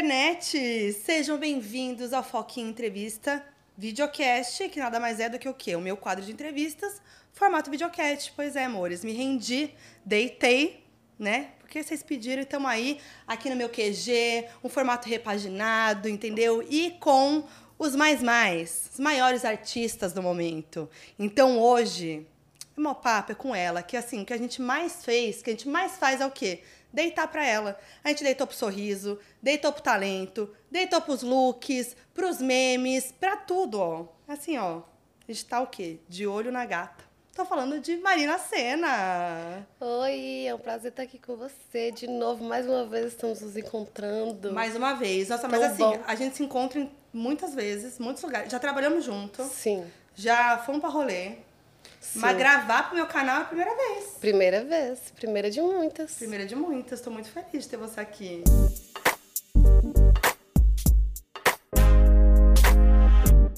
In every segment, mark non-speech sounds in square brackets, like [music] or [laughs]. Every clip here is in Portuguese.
internet! Sejam bem-vindos ao Foquinha Entrevista Videocast, que nada mais é do que o quê? O meu quadro de entrevistas, formato videocast. Pois é, amores, me rendi, deitei, né? Porque vocês pediram e estamos aí, aqui no meu QG, um formato repaginado, entendeu? E com os mais mais, os maiores artistas do momento. Então hoje, o meu papo é com ela, que assim, o que a gente mais fez, que a gente mais faz é o quê? deitar para ela. A gente deitou pro sorriso, deitou pro talento, deitou pros looks, pros memes, pra tudo, ó. Assim, ó. A gente tá o quê? De olho na gata. Tô falando de Marina Senna. Oi, é um prazer estar aqui com você de novo. Mais uma vez estamos nos encontrando. Mais uma vez. Nossa, mas Tão assim, bom. a gente se encontra em muitas vezes, muitos lugares. Já trabalhamos junto, Sim, já fomos pra rolê. sim. Mas gravar pro meu canal é a primeira vez. Primeira vez, primeira de muitas. Primeira de muitas, estou muito feliz de ter você aqui.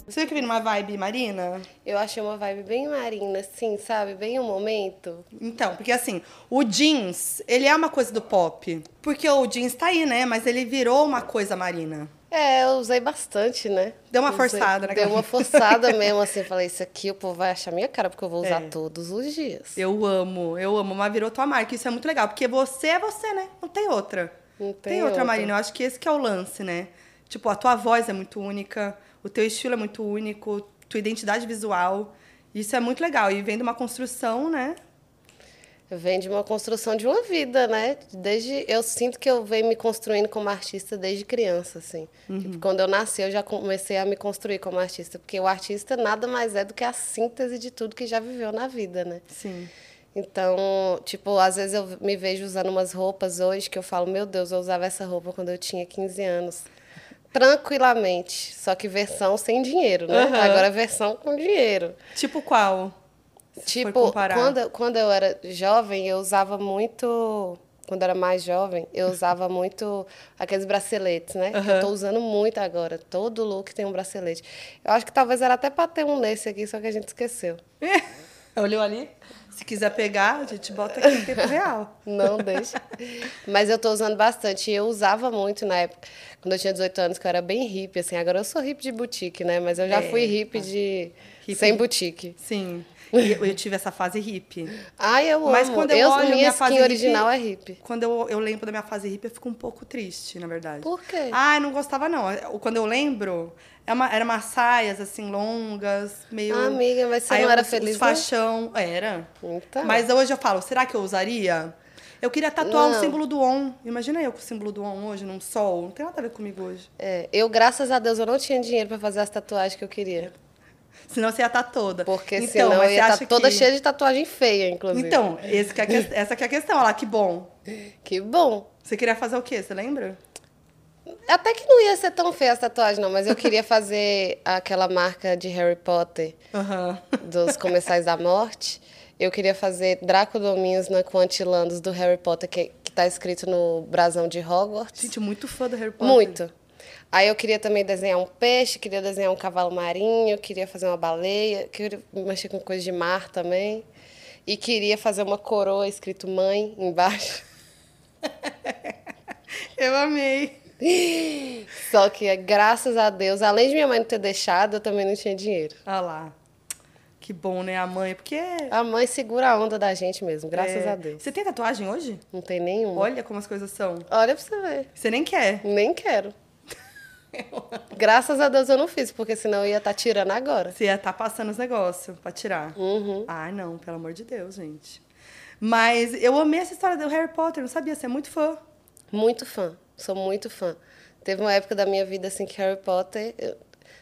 Você que vem numa vibe Marina? Eu achei uma vibe bem marina, assim, sabe? Bem um momento. Então, porque assim, o jeans, ele é uma coisa do pop. Porque o jeans tá aí, né? Mas ele virou uma coisa marina. É, eu usei bastante, né? Deu uma Usei- forçada, né, Deu Gabi? [laughs] uma forçada mesmo, assim. Falei, isso aqui o povo vai achar minha cara, porque eu vou usar É. todos os dias. Eu amo, eu amo. Mas virou tua marca. Isso é muito legal. Porque você é você, né? Não tem outra. Não tem, tem outra, outra. Marina. Eu acho que esse que é o lance, né? Tipo, a tua voz é muito única, o teu estilo é muito único, tua identidade visual. Isso é muito legal. E vem de uma construção, né? Vem de uma construção de uma vida, né? Desde eu sinto que eu venho me construindo como artista desde criança, assim. Tipo, quando eu nasci, eu já comecei a me construir como artista, porque o artista nada mais é do que a síntese de tudo que já viveu na vida, né? Sim. Então, tipo, às vezes eu me vejo usando umas roupas hoje que eu falo, meu Deus, eu usava essa roupa quando eu tinha 15 anos. Tranquilamente, só que versão sem dinheiro, né? Aham. Agora versão com dinheiro. Tipo qual? Se for Tipo, comparar. quando, eu- quando eu era jovem, eu usava muito. Quando eu era mais jovem, eu usava [laughs] muito aqueles braceletes, né? Que eu tô usando muito agora. Todo look tem um bracelete. Eu acho que talvez era até pra ter um nesse aqui, só que a gente esqueceu. [laughs] Olhou ali? Se quiser pegar, a gente bota aqui em tempo real. [laughs] Não deixa. Mas eu tô usando bastante. E eu usava muito na época, quando eu tinha 18 anos, que eu era bem hippie, assim. Agora eu sou hippie de boutique, né? Mas eu já É, fui hippie de. Hippie. Sem boutique. Sim. E eu eu tive essa fase hippie. Ai, eu Mas amo. quando eu olho minha minha skin fase hippie- original é hippie. Quando eu, eu lembro da minha fase hippie, eu fico um pouco triste, na verdade. Por quê? Ah, eu não gostava, não. Eu- Quando eu lembro, é uma- eram umas saias, assim, longas, meio... Ah, amiga, mas você Aí não era os- os feliz, não? faixão... Era. Então. Mas hoje eu falo, será que eu usaria? Eu queria tatuar um Não. símbolo do ON. Imagina eu com o símbolo do ON hoje, num sol. Não tem nada a ver comigo hoje. É, eu, graças a Deus, eu não tinha dinheiro pra fazer as tatuagens que eu queria. Senão você ia estar toda. Porque então, senão mas eu você ia estar acha toda que... cheia de tatuagem feia, inclusive. Então, esse que é a que- essa que é a questão. Olha lá, que bom. Que bom. Você queria fazer o quê? Você lembra? Até que não ia ser tão feia as tatuagens, não, mas eu queria fazer aquela marca de Harry Potter, Aham. [laughs] dos Comensais da Morte. Eu queria fazer Draco Domingos na Quantilandos do Harry Potter, que, que tá escrito no brasão de Hogwarts. Gente, muito fã do Harry Potter. Muito. Aí eu queria também desenhar um peixe, queria desenhar um cavalo marinho, queria fazer uma baleia, queria mexer com coisa de mar também. E queria fazer uma coroa escrito mãe embaixo. [laughs] Eu amei. Só que, graças a Deus, além de minha mãe não ter deixado, eu também não tinha dinheiro. Olha lá. Que bom, né, a mãe? Porque. A mãe segura a onda da gente mesmo, graças é, a Deus. Hum. Você tem tatuagem hoje? Não tem nenhuma. Olha como as coisas são. Olha pra você ver. Você nem quer. [laughs] Nem quero. graças a Deus eu não fiz, porque senão eu ia estar tirando agora. Você ia estar passando os negócios pra tirar. Uhum. Ah, não, pelo amor de Deus, gente. Mas eu amei essa história do Harry Potter, não sabia, você é muito fã. Muito fã, sou muito fã. Teve uma época da minha vida assim que Harry Potter. eu-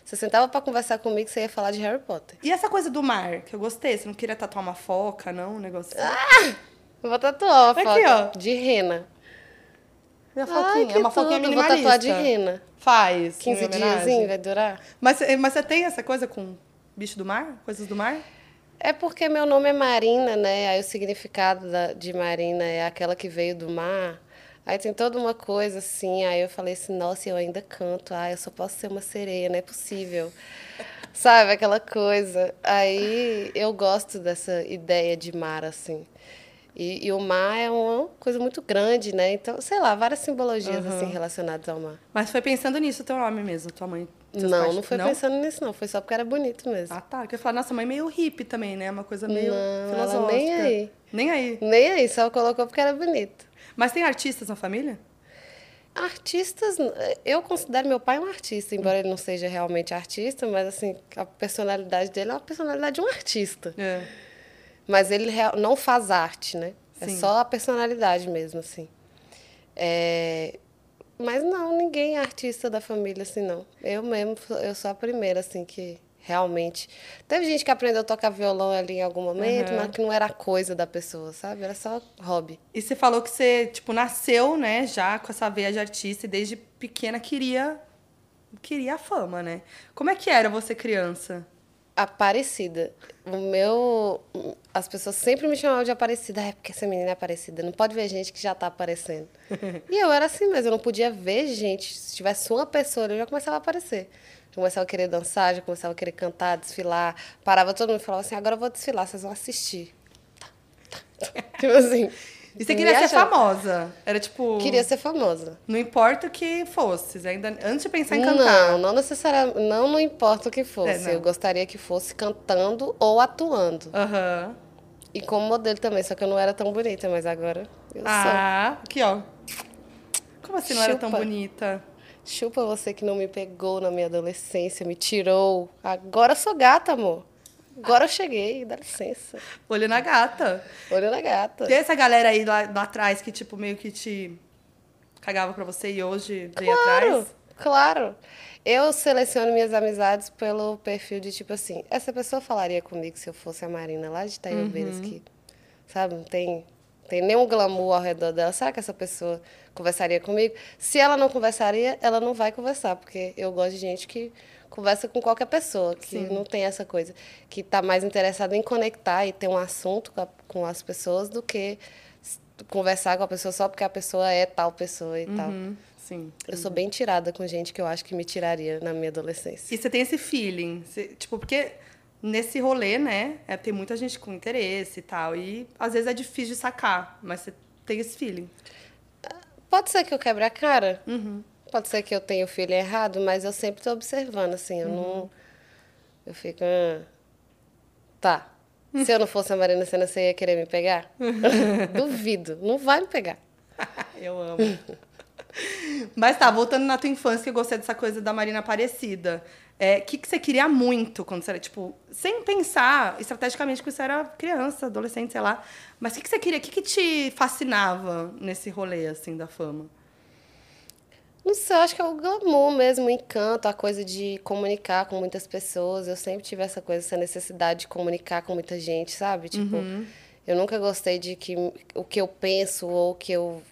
Você sentava pra conversar comigo, você ia falar de Harry Potter. E essa coisa do mar, que eu gostei, você não queria tatuar uma foca, não? Um negócio assim. Eu vou tatuar uma Aqui, foto ó. de rena. Minha Ai, foquinha, que é uma foquinha tudo, Vou tatuar de minimalista. rena. Faz. 15 em homenagem. dias, hein, vai durar? Mas, mas você tem essa coisa com bicho do mar? Coisas do mar? É porque meu nome é Marina, né? Aí o significado da- de Marina é aquela que veio do mar. Aí tem toda uma coisa assim. Aí eu falei assim, nossa, eu ainda canto. Ah, eu só posso ser uma sereia, não [laughs] é possível. Sabe, aquela coisa. Aí eu gosto dessa ideia de mar, assim. E, e o mar é uma coisa muito grande, né? Então, sei lá, várias simbologias assim relacionadas ao mar. Mas foi pensando nisso teu nome mesmo, tua mãe. seus não, pais- não foi pensando nisso, não. Foi só porque era bonito mesmo. Ah, tá. Porque eu ia falar, nossa, mãe é meio hippie também, né? Uma coisa meio Não, ela filosófica. nem é. aí. Nem aí. Nem aí, só colocou porque era bonito. Mas tem artistas na família? Artistas, eu considero meu pai um artista, embora ele não seja realmente artista, mas assim, a personalidade dele é uma personalidade de um artista. É. Mas ele real- não faz arte, né? É Sim. só a personalidade mesmo, assim. É, Mas não, ninguém é artista da família, assim, não. Eu mesmo, sou- eu sou a primeira, assim, que realmente... Teve gente que aprendeu a tocar violão ali em algum momento, Aham. mas que não era a coisa da pessoa, sabe? Era só hobby. E você falou que você, tipo, nasceu, né, já com essa veia de artista e desde pequena queria queria a fama, né? Como é que era você criança? Aparecida. O meu. As pessoas sempre me chamavam de Aparecida. Ah, É porque essa menina é Aparecida. Não pode ver gente que já tá [laughs] aparecendo. e eu era assim mesmo. Eu não podia ver gente. Se tivesse uma pessoa, ali, eu já começava a aparecer. Já começava a querer dançar, já começava a querer cantar, desfilar. Parava todo mundo e falava assim: agora eu vou desfilar, vocês vão assistir. Tá, tá, [laughs] tá. tipo assim. E você me queria ser achando- famosa? Era tipo. Queria ser famosa. Não importa o que fosse, você ainda antes de pensar em cantar. É, Não, não necessariamente. Não, não importa o que fosse. não. eu gostaria que fosse cantando ou atuando. Aham. E como modelo também, só que eu não era tão bonita, mas agora eu Ah, aqui, ó. Como assim não era tão Chupa. bonita? sou. Chupa você que não me pegou na minha adolescência, me tirou. Agora eu sou gata, amor. Agora eu cheguei, dá licença. Olho na gata. Olho na gata. Tem essa galera aí lá, lá atrás que, tipo, meio que te cagava pra você e hoje veio Claro, atrás? claro. Eu seleciono minhas amizades pelo perfil de tipo assim, essa pessoa falaria comigo se eu fosse a Marina lá de Itaiobeiras, que, sabe, não tem, tem nenhum glamour ao redor dela. Será que essa pessoa conversaria comigo? Se ela não conversaria, ela não vai conversar, porque eu gosto de gente que conversa com qualquer pessoa, que não tem essa coisa, que está mais interessada em conectar e ter um assunto com, a- com as pessoas do que s- conversar com a pessoa só porque a pessoa é tal pessoa e tal. Hum, sim. Eu sou bem tirada com gente que eu acho que me tiraria na minha adolescência. E você tem esse feeling, você- tipo, porque nesse rolê, né, é, tem muita gente com interesse e tal, e às vezes é difícil de sacar, mas você tem esse feeling. Pode ser que eu quebre a cara, pode ser que eu tenha o filho errado, mas eu sempre tô observando, assim, eu não. Eu fico. "Ah, tá. Se eu não fosse a Marina Sena, você ia querer me pegar? [laughs] Duvido, não vai me pegar. Eu amo. [laughs] mas tá, voltando na tua infância, que eu gostei dessa coisa da Marina Aparecida. O é, que, que você queria muito quando você era, tipo, sem pensar estrategicamente, porque você era criança, adolescente, sei lá. Mas o que, que você queria? O que, que te fascinava nesse rolê, assim, da fama? Não sei, eu acho que é o glamour mesmo, o encanto, a coisa de comunicar com muitas pessoas. Eu sempre tive essa coisa, essa necessidade de comunicar com muita gente, sabe? Tipo, eu nunca gostei de que o que eu penso ou o que eu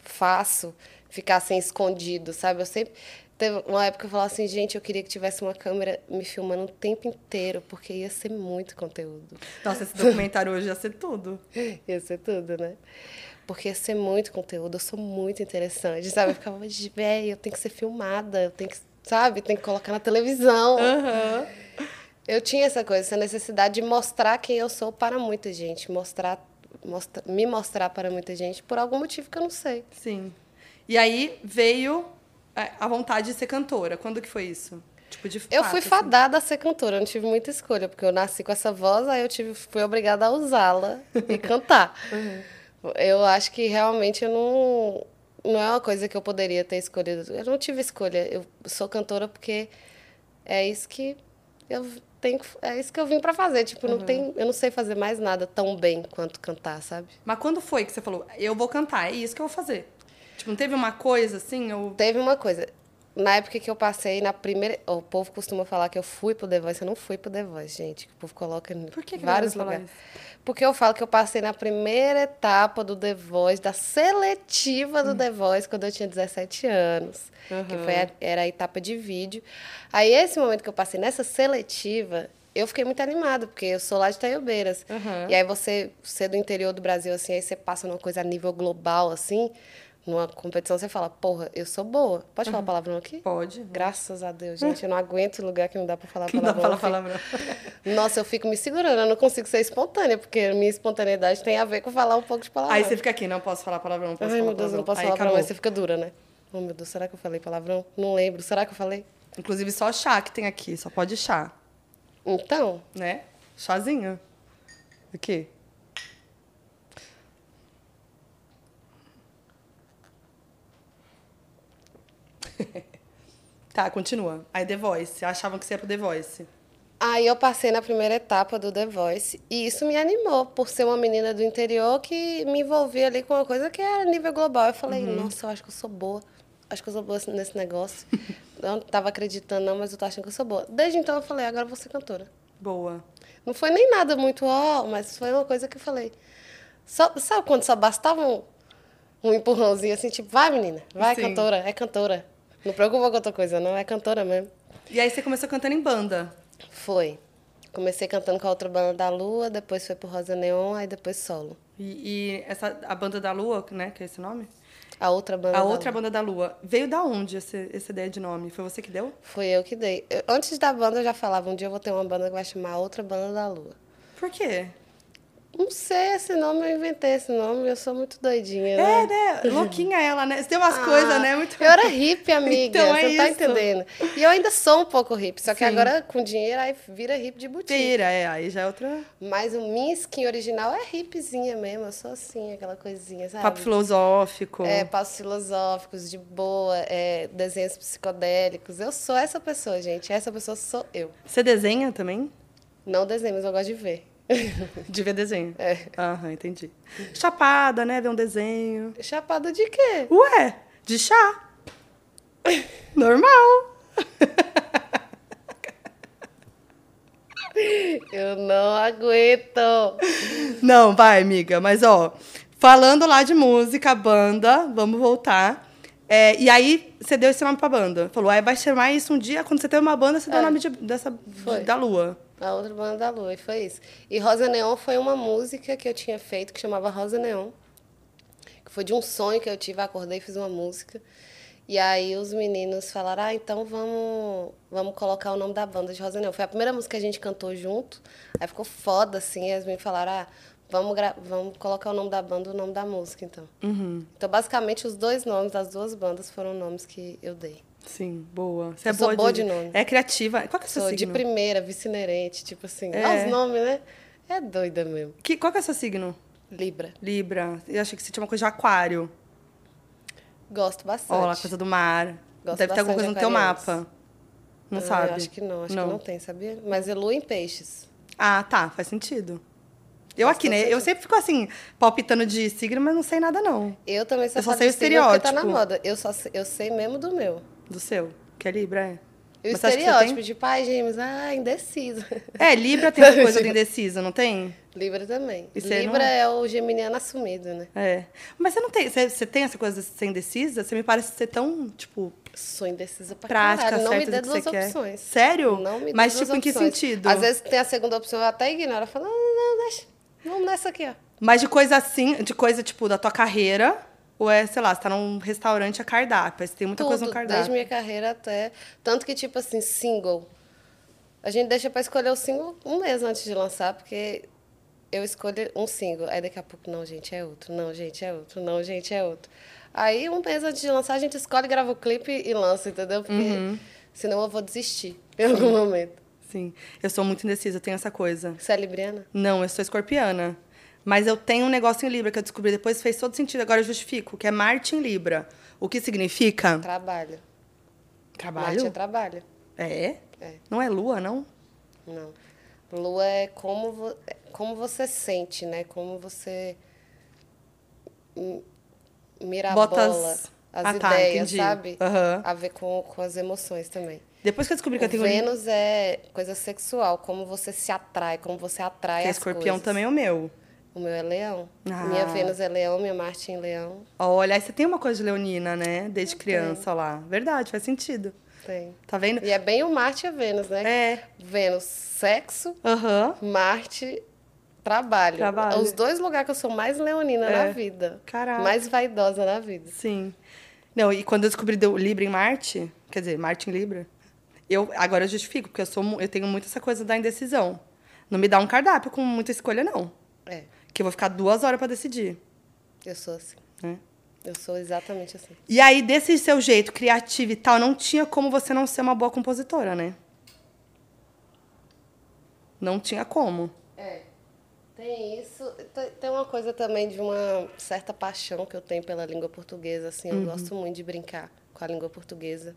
faço ficassem escondido, sabe? Eu sempre. Teve uma época que eu falava assim, gente, eu queria que tivesse uma câmera me filmando o tempo inteiro, porque ia ser muito conteúdo. Nossa, esse documentário hoje ia ser tudo. Ia ser tudo, né? Porque ia ser muito conteúdo, eu sou muito interessante, sabe? Eu ficava, "Mas, véi, eu tenho que ser filmada, eu tenho que, sabe? Tenho que colocar na televisão. Aham. Eu tinha essa coisa, essa necessidade de mostrar quem eu sou para muita gente, mostrar, mostra, me mostrar para muita gente por algum motivo que eu não sei. Sim. E aí veio é, a vontade de ser cantora. Quando que foi isso? Tipo, de Eu fato, fui assim. fadada a ser cantora, eu não tive muita escolha, porque eu nasci com essa voz, aí eu tive, fui obrigada a usá-la [laughs] e cantar. Uhum. Eu acho que realmente eu não. Não é uma coisa que eu poderia ter escolhido. Eu não tive escolha. Eu sou cantora porque é isso que eu tenho, que- é isso que eu vim pra fazer. Tipo, Uhum. não tem, eu não sei fazer mais nada tão bem quanto cantar, sabe? Mas quando foi que você falou, eu vou cantar, é isso que eu vou fazer? Tipo, não teve uma coisa assim? Eu... Teve uma coisa. Na época que eu passei, na primeira. O povo costuma falar que eu fui pro The Voice. Eu não fui pro The Voice, gente. que O povo coloca em Por que que vários não vai falar lugares. Porque eu falo que eu passei na primeira etapa do The Voice, da seletiva Hum. do The Voice, quando eu tinha 17 anos. Que Uhum. foi a- era a etapa de vídeo. Aí, esse momento que eu passei nessa seletiva, eu fiquei muito animada, porque eu sou lá de Taiobeiras. Uhum. E aí você, você é do interior do Brasil, assim, aí você passa numa coisa a nível global, assim. Numa competição você fala, porra, eu sou boa. Pode falar palavrão aqui? Pode. Hum. Graças a Deus, gente. Eu não aguento lugar que não dá pra falar Não dá pra palavrão. falar eu [laughs] fico- palavrão. Nossa, eu fico me segurando, eu não consigo ser espontânea, porque a minha espontaneidade tem a ver com falar um pouco de palavrão. Aí você fica aqui, não posso falar palavrão, não posso Ai, falar meu Deus, eu não posso palavrão. falar Aí palavrão, mas acabou. você fica dura, né? Oh, meu Deus, será que eu falei palavrão? Não lembro. Será que eu falei? Inclusive só chá que tem aqui, só pode chá, Então, né? Chazinho. Aqui. [laughs] tá, continua. Aí The Voice. Achavam que você ia pro The Voice. Aí eu passei na primeira etapa do The Voice e isso me animou, por ser uma menina do interior que me envolvia ali com uma coisa que era nível global. Eu falei, Uhum. nossa, eu acho que eu sou boa, acho que eu sou boa nesse [laughs] negócio. Eu não tava acreditando, não, mas eu tô achando que eu sou boa. Desde então eu falei, agora eu vou ser cantora. Boa. Não foi nem nada muito, ó, mas foi uma coisa que eu falei. Só- sabe quando só bastava um, um empurrãozinho assim, tipo, vai menina, vai Sim. cantora, é cantora. Não preocupa com outra coisa, não, é cantora mesmo. E aí você começou cantando em banda. Foi. Comecei cantando com a outra banda da Lua, depois foi pro Rosa Neon, aí depois solo. E, e essa, a banda da Lua, né? Que é esse nome? A outra banda a da outra Lua. banda da Lua. Veio da onde esse- essa ideia de nome? Foi você que deu? Foi eu que dei. Eu- antes da banda eu já falava, um dia eu vou ter uma banda que vai chamar a Outra Banda da Lua. Por quê? Não sei esse nome, eu inventei esse nome, eu sou muito doidinha, né? É, né? Louquinha ela, né? Você tem umas Ah, coisas, né? Muito... [laughs] Eu era hippie, amiga. Então você é não tá isso. entendendo. E eu ainda sou um pouco hippie, só que Sim. agora com dinheiro aí vira hippie de boutique. Tira, é. Aí já é outra... Mas o minha skin original é hippiezinha mesmo. Eu sou assim, aquela coisinha, sabe? Papo filosófico. É, passos filosóficos, de boa, é, desenhos psicodélicos. Eu sou essa pessoa, gente. Essa pessoa sou eu. Você desenha também? Não desenho, mas eu gosto de ver. [laughs] De ver desenho. É. Aham, entendi. Chapada, né? Ver um desenho. Chapada de quê? Ué, de chá. [laughs] Normal. Eu não aguento. Não, vai, amiga. Mas, ó, falando lá de música, banda, vamos voltar. É, e aí, você deu esse nome pra banda. Falou, aí vai chamar isso um dia. Quando você tem uma banda, você dá o nome de- dessa, de- É. Foi. da lua. A outra banda da lua, e foi isso. E Rosa Neon foi uma música que eu tinha feito que chamava Rosa Neon. Que foi de um sonho que eu tive, acordei e fiz uma música. E aí os meninos falaram: "Ah, então vamos, vamos colocar o nome da banda de Rosa Neon". Foi a primeira música que a gente cantou junto. Aí ficou foda assim, e as meninas falaram: "Ah, vamos gra- vamos colocar o nome da banda, e o nome da música, então". Uhum. Então basicamente os dois nomes das duas bandas foram nomes que eu dei. Sim, boa. Você é Eu sou boa, boa de, de nome. É criativa. Qual que é o seu Sou de signo? primeira, vice-inerente, tipo assim. É. Olha os nomes, né? É doida mesmo. Que, qual que é o seu signo? Libra. Libra. Eu achei que você tinha uma coisa de aquário. Gosto Olha, bastante. coisa do mar. Gosto Deve ter alguma bastante coisa no de teu aquarianos. mapa. Não Ah, sabe? Eu acho que não, acho que não tem, sabia? Mas é lua em peixes. Ah, tá. Faz sentido. Eu Faz aqui, todo né? Eu sentido. sempre fico assim, palpitando de signo, mas não sei nada, não. Eu também só Eu só sabe sei o de signo porque tá na estereótipo. moda. Eu, só, sei- eu sei mesmo do meu. Do seu. Que é Libra, é. E o Mas você acha que você estereótipo de pai, gêmeos, ah, indeciso. [laughs] tem? É, Libra [laughs] tem essa coisa do indeciso, não tem? Libra também. E você Libra não- é o geminiano assumido, né? É. Mas você não tem. Você, você tem essa coisa de ser indecisa? Você me parece ser tão, tipo, Sou indecisa pra prática, caralho. Não me certa dê do que você duas quer. opções. Sério? Não me dê Mas, duas tipo, em que opções. sentido? Às vezes tem a segunda opção, eu até ignoro. Eu falo, não, não, não, deixa. Vamos nessa aqui, ó. Mas de coisa assim, de coisa, tipo, da tua carreira, ou é, sei lá, você tá num restaurante a cardápio, aí você tem muita coisa no Tudo, cardápio. desde minha carreira até. Tanto que, tipo assim, single. A gente deixa pra escolher o single um mês antes de lançar, porque eu escolho um single. Aí daqui a pouco, não, gente, é outro. Não, gente, é outro. Não, gente, é outro. Aí, um mês antes de lançar, a gente escolhe, grava o clipe e lança, entendeu? Porque Uhum. senão eu vou desistir em algum momento. Sim. Eu sou muito indecisa, eu tenho essa coisa. Você é libriana? Não, eu sou escorpiana. Mas eu tenho um negócio em Libra que eu descobri depois, fez todo sentido, agora eu justifico, que é Marte em Libra. O que significa? Trabalho. Marte é Trabalho? trabalho. É? É. Não é lua, não? Não. Lua é como, vo- é como você sente, né? Como você m- mira a Bota bola, as- as Ah, tá, ideias, entendi. sabe? Aham. A ver com, com as emoções também. Depois que eu descobri que O eu tenho. Vênus é coisa sexual, como você se atrai, como você atrai que é as escorpião coisas. também é o meu. O meu é leão. Ah. Minha Vênus é leão, minha Marte é em leão. Olha, aí você tem uma coisa de leonina, né? Desde criança, olha lá. Verdade, faz sentido. Tem. Tá vendo? E é bem o Marte e a Vênus, né? É. Vênus, sexo. Aham. Marte, Trabalho. Trabalho. Os dois lugares que eu sou mais leonina É. na vida. Caraca. Mais vaidosa na vida. Sim. Não, e quando eu descobri o Libra em Marte, quer dizer, Marte em Libra, eu agora eu justifico, porque eu sou mu- eu tenho muito essa coisa da indecisão. Não me dá um cardápio com muita escolha não, É, que eu vou ficar duas horas pra decidir, eu sou assim. né? Eu sou exatamente assim. E aí desse seu jeito criativo e tal, não tinha como você não ser uma boa compositora, né? Não tinha como. É. Tem isso. Te- Tem uma coisa também de uma certa paixão que eu tenho pela língua portuguesa, assim. Uhum. Eu gosto muito de brincar com a língua portuguesa.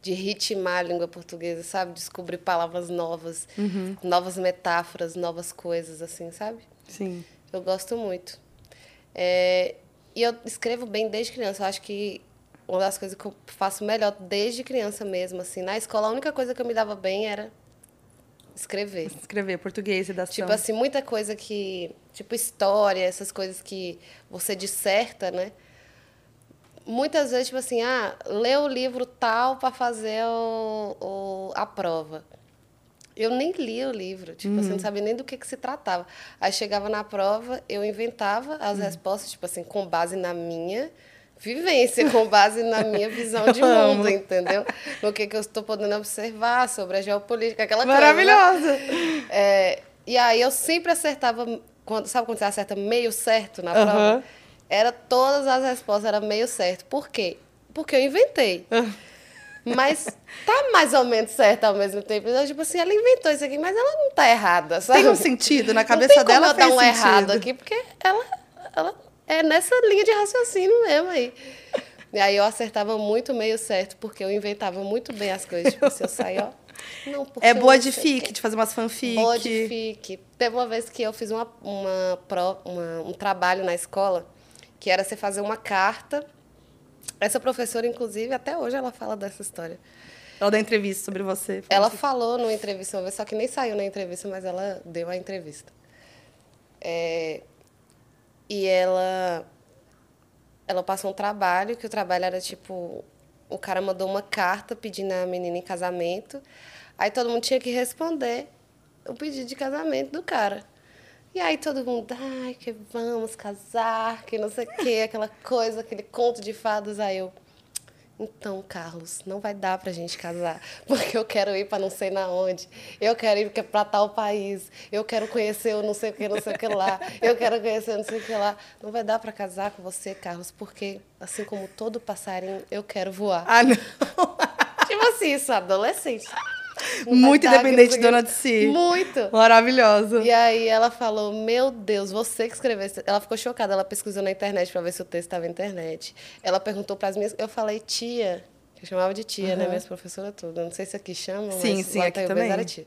De ritmar a língua portuguesa, sabe? Descobrir palavras novas, Uhum. novas metáforas, novas coisas, assim, sabe? Sim. Eu gosto muito. É, e eu escrevo bem desde criança. Eu acho que uma das coisas que eu faço melhor desde criança mesmo, assim. Na escola, a única coisa que eu me dava bem era escrever. Escrever português e dar Tipo assim, muita coisa que. Tipo história, essas coisas que você disserta, né? Muitas vezes, tipo assim, ah, lê o livro tal para fazer o, o- a prova. Eu nem li o livro, tipo assim, Uhum. não sabia nem do que, que se tratava. Aí chegava na prova, eu inventava Uhum. as respostas, tipo assim, com base na minha vivência, com base na minha visão de Eu [laughs] amo. mundo, entendeu? No que, que eu estou podendo observar sobre a geopolítica, aquela coisa. né? Maravilhosa. É, e aí eu sempre acertava, quando, sabe quando você acerta meio certo na Aham. prova? Era todas as respostas, era meio certo. Por quê? Porque eu inventei. Ah. Mas tá mais ou menos certo ao mesmo tempo. Então, tipo assim, ela inventou isso aqui, mas ela não tá errada, sabe? Tem um sentido na Não cabeça tem como dela eu fez dar um sentido. errado aqui, porque ela, ela é nessa linha de raciocínio mesmo aí. E aí eu acertava muito meio certo, porque eu inventava muito bem as coisas. Tipo, se eu sair, ó... Não, porque É eu boa não de sei o fic, quê. de fazer umas fanfic. Modifique. Teve uma vez que eu fiz uma, uma, pro- uma- um trabalho na escola, que era você fazer uma carta. Essa professora, inclusive, até hoje ela fala dessa história. Ela dá entrevista sobre você. Ela falou numa entrevista uma vez, só que nem saiu na entrevista, mas ela deu a entrevista. É, e ela, ela passou um trabalho, que o trabalho era tipo: o cara mandou uma carta pedindo a menina em casamento, aí todo mundo tinha que responder o pedido de casamento do cara. E aí todo mundo, ai, que vamos casar, que não sei o quê, aquela coisa, aquele conto de fadas. Aí eu, então, Carlos, não vai dar pra gente casar, [laughs] porque eu quero ir pra não sei na onde, eu quero ir pra tal país, eu quero conhecer o não sei o que, não sei o que lá, eu quero conhecer não sei o que lá. Não vai dar pra casar com você, Carlos, porque, assim como todo passarinho, eu quero voar. Ah, não. [laughs] Tipo assim, isso, adolescente. Não vai Muito dar, que não independente, sei o que. dona de si. Muito. Maravilhosa. E aí ela falou, meu Deus, você que escreveu esse... Ela ficou chocada, ela pesquisou na internet pra ver se o texto estava na internet. Ela perguntou pras minhas... Eu falei, tia, que eu chamava de tia, né? Minhas professoras todas. Não sei se aqui chamam, Sim, mas sim, lá no aqui Taio também. Bento era tia.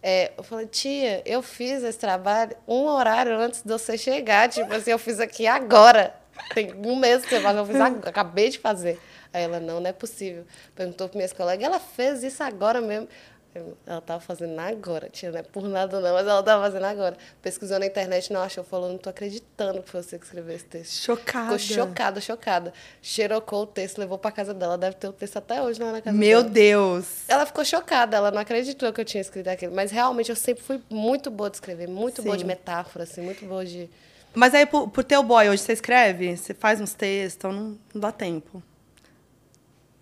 É, eu falei, tia, eu fiz esse trabalho um horário antes de você chegar. Tipo assim, eu fiz aqui agora. Tem um mês que você faz, eu fiz agora, acabei de fazer. Aí ela, não, não é possível. Perguntou para minhas colegas, ela fez isso agora mesmo. Eu, Ela estava fazendo agora, tia, não é por nada não, mas ela estava fazendo agora. Pesquisou na internet, não achou, falou, não tô acreditando que foi você que escreveu esse texto. Chocada. Ficou chocada, chocada. Xerocou o texto, levou para casa dela, deve ter o texto até hoje lá na casa dela. Meu Deus. Ela ficou chocada, ela não acreditou que eu tinha escrito aquilo. Mas realmente eu sempre fui muito boa de escrever, muito boa de Sim. metáfora, assim, muito boa de. Mas aí, pro, pro teu boy, hoje você escreve? Você faz uns textos? ou Não, não dá tempo.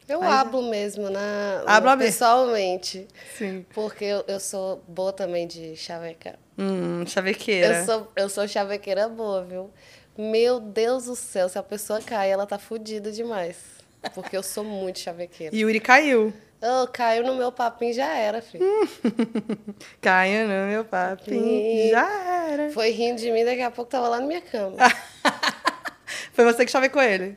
Eu Mas é. hablo mesmo, na, Habla mesmo. pessoalmente. Sim. Porque eu, eu sou boa também de chaveca. Hum, chavequeira. Eu sou, eu sou chavequeira boa, viu? Meu Deus do céu, se a pessoa cair, ela tá fudida demais. Porque eu sou [laughs] muito chavequeira. E Yuri caiu. Oh, caiu no meu papinho, já era, filho. Hum. Caiu no meu papinho. Ih. Já era. Foi rindo de mim, daqui a pouco tava lá na minha cama. [laughs] Foi você que chavecou ele?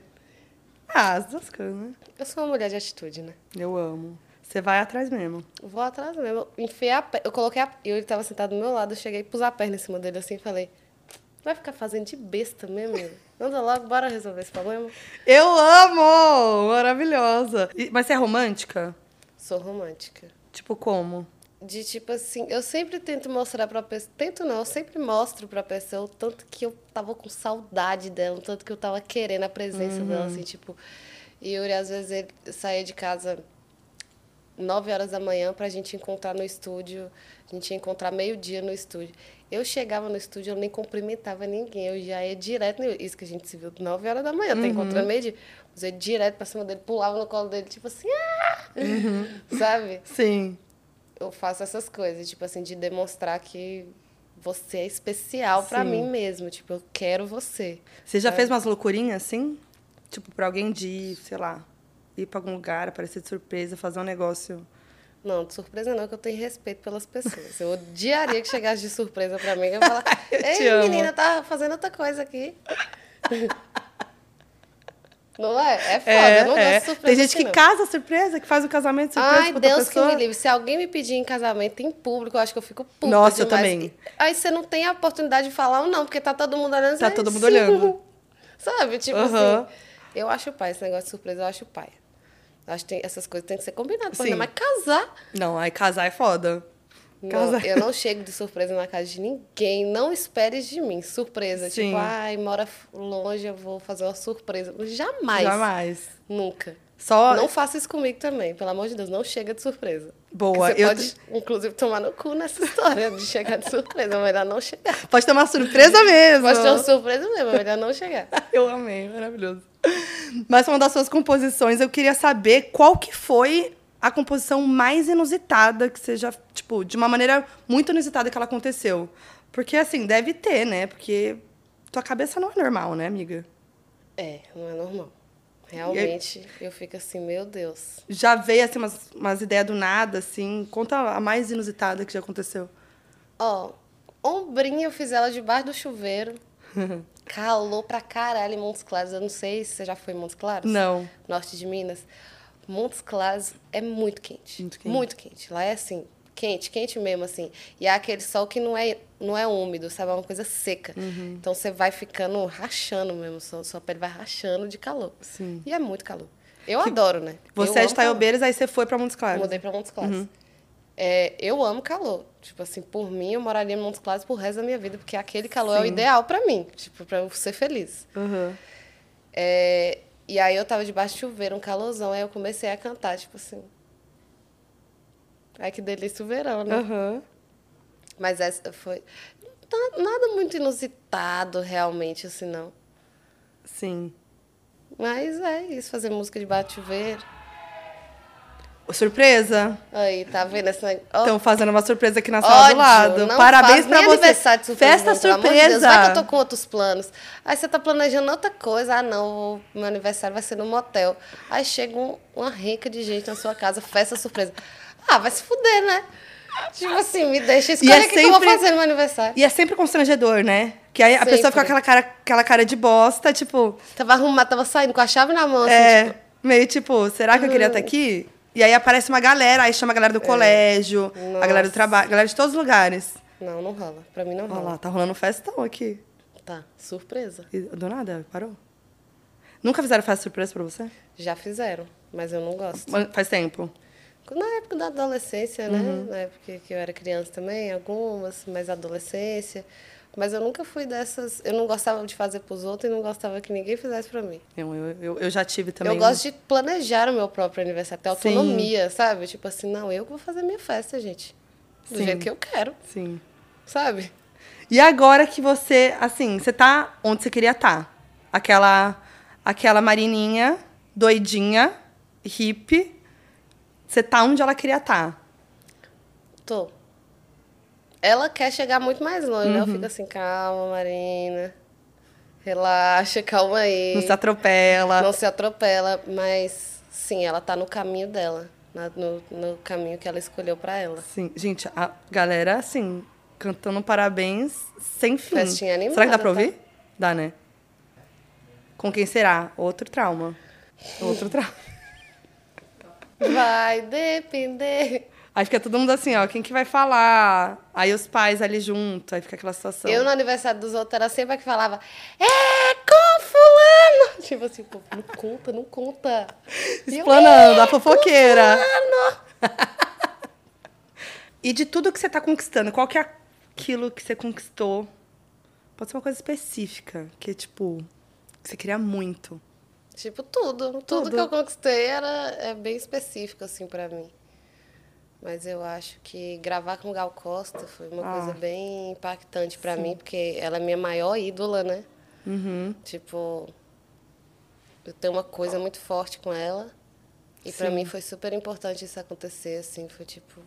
Ah, as duas coisas, né? Eu sou uma mulher de atitude, né? Eu amo. Você vai atrás mesmo. Vou atrás mesmo. Eu Enfiei a perna. Eu coloquei a. E ele tava sentado do meu lado, eu cheguei, pus a perna em cima dele assim e falei. Vai ficar fazendo de besta mesmo? meu? [laughs] Anda logo, bora resolver esse problema. Eu amo! Maravilhosa. E- mas você é romântica? Sou romântica. Tipo, como? De tipo assim, eu sempre tento mostrar pra pessoa. Tento não, eu sempre mostro pra pessoa o tanto que eu tava com saudade dela, o tanto que eu tava querendo a presença dela, assim, tipo. E Yuri, às vezes, ele saía de casa 9 horas da manhã para a gente encontrar no estúdio. A gente ia encontrar meio-dia no estúdio. Eu chegava no estúdio, eu nem cumprimentava ninguém. Eu já ia direto. No... Isso que a gente se viu 9 horas da manhã, tá encontrando meio-dia. Mas eu ia direto para cima dele, pulava no colo dele, tipo assim, ah! sabe? Sim. Eu faço essas coisas, tipo assim, de demonstrar que você é especial para Sim. mim mesmo. Tipo, eu quero você. Você já fez umas loucurinhas assim? Tipo, pra alguém de, ir, sei lá, ir pra algum lugar, aparecer de surpresa, fazer um negócio. Não, de surpresa não, que eu tenho respeito pelas pessoas. Eu odiaria que chegasse de surpresa pra mim, que eu ia falar, [laughs] Eu te ei, amo." menina, tá fazendo outra coisa aqui. [laughs] não é? É foda, eu não gosto de surpresa. Tem gente assim, que não. casa surpresa, que faz o casamento surpresa Ai, pra outra Deus que pessoa. me livre. Se alguém me pedir em casamento em público, eu acho que eu fico puta Nossa, eu demais. também. Aí você não tem a oportunidade de falar ou não, porque tá todo mundo olhando. Tá você- todo mundo Sim. olhando. [laughs] Sabe? Tipo Aham. assim, eu acho pai, esse negócio de surpresa, eu acho pai. Eu acho que tem- essas coisas têm que ser combinadas. Sim. Ainda mais casar. Não, aí casar é foda. Não, Casar. eu não chego de surpresa na casa de ninguém. Não esperes de mim. Surpresa. Sim. Tipo, ai, mora f- longe, eu vou fazer uma surpresa. Jamais. [laughs] Jamais. Nunca. Só. Não faça isso comigo também, pelo amor de Deus, não chega de surpresa. Boa, Porque Você eu pode, inclusive, tomar no cu nessa [laughs] história de chegar de surpresa, é melhor não chegar. Pode ter uma surpresa mesmo. Pode ter uma surpresa mesmo, é melhor não chegar. [laughs] Eu amei, maravilhoso. Mas uma das suas composições, eu queria saber qual que foi a composição mais inusitada que você já, tipo, de uma maneira muito inusitada que ela aconteceu. Porque, assim, deve ter, né? Porque tua cabeça não é normal, né, amiga? É, não é normal. Realmente, eu fico assim, meu Deus. Já veio, assim, umas, umas ideias do nada, assim. Conta a mais inusitada que já aconteceu. Ó, ombrinha eu fiz ela debaixo do [laughs] chuveiro. Calor pra caralho em Montes Claros. Eu não sei se você já foi em Montes Claros. Não. Norte de Minas. Montes Claros é muito quente. Muito quente. quente. Lá é assim, quente, quente mesmo, assim. E é aquele sol que não é, não é úmido, sabe? É uma coisa seca. Uhum. Então você vai ficando rachando mesmo, sua, sua pele vai rachando de calor. Sim. E é muito calor. Eu adoro, né? Você Uhum. Eu é amo de calor. Taiobeiras, aí você foi pra Montes Claros. Mudei pra Montes Claros. É, eu amo calor. Tipo assim, por mim, eu moraria em Montes Claros pro resto da minha vida, porque aquele calor é o ideal pra mim, tipo, pra eu ser feliz. Aham. É, e aí eu tava debaixo de chuveiro, um calorzão, aí eu comecei a cantar, tipo assim. Ai, que delícia o verão, né? Aham. Mas essa foi. tá- Nada muito inusitado, realmente, assim, não. Sim. Mas é isso, fazer música debaixo de chuveiro. Surpresa? Aí, tá vendo? Esse negócio? Ó, Estão fazendo uma surpresa aqui na sala do lado. não Parabéns faz pra nem você. aniversário de surpresa, Festa não, pelo amor de surpresa. Deus. Vai que eu tô com outros planos. Aí você tá planejando outra coisa. Ah, não, o meu aniversário vai ser no motel. Aí chega um- uma rica de gente na sua casa, festa surpresa. Ah, vai se fuder, né? Tipo assim, me deixa escolher é o que, que eu vou sempre- fazer no meu aniversário. E é sempre constrangedor, né? Que aí a pessoa Sempre. fica com aquela cara, aquela cara de bosta, tipo, Tava arrumado, tava saindo com a chave na mão, assim, é, tipo, meio tipo, será que eu Uhum. queria estar aqui? E aí aparece uma galera, aí chama a galera do colégio, a galera do É. Nossa. trabalho, a galera de todos os lugares. Não, não rola. Pra mim não Olha rola. lá, tá rolando um festão aqui. Tá, surpresa. E do nada, parou. Nunca fizeram festa surpresa pra você? Já fizeram, mas eu não gosto. Mas Faz tempo. Na época da adolescência, né? Uhum. Na época que eu era criança também, algumas, mas adolescência. Mas eu nunca fui dessas. Eu não gostava de fazer pros outros e não gostava que ninguém fizesse pra mim. Eu, eu, eu- eu já tive também. Eu gosto de planejar o meu próprio aniversário, ter Sim. autonomia, sabe? Tipo assim, não, eu que vou fazer minha festa, gente. Do Sim. jeito que eu quero, Sim. sabe? E agora que você, assim, você tá onde você queria estar. Aquela aquela marininha, doidinha, hippie. Você tá onde ela queria estar. Tô. Ela quer chegar muito mais longe, né? Eu Uhum. fico assim, calma, Marina. Relaxa, calma aí. Não se atropela. Não se atropela, mas sim, ela tá no caminho dela, na- no, no caminho que ela escolheu pra ela. Sim, Assim, gente, a galera, assim, cantando parabéns sem fim. Festinha animada, Será que dá pra tá? ouvir? Dá, né? Com quem será? Outro trauma. Outro trauma. Vai depender. Aí fica todo mundo assim, ó, quem que vai falar? Aí os pais ali junto, aí fica aquela situação. Eu no aniversário dos outros era sempre a que falava: É com fulano! [laughs] Tipo assim, pô, não conta, não conta. E eu, Explanando, a "É, com fofoqueira. fulano! [laughs] E de tudo que você tá conquistando, qual que é aquilo que você conquistou? Pode ser uma coisa específica, que tipo, que você queria muito. Tipo, tudo. Tudo, Tudo. que eu conquistei era é bem específico, assim, pra mim. Mas eu acho que gravar com Gal Costa foi uma ah. coisa bem impactante para mim, porque ela é minha maior ídola, né? Uhum. Tipo, eu tenho uma coisa muito forte com ela. E para mim foi super importante isso acontecer, assim, foi tipo.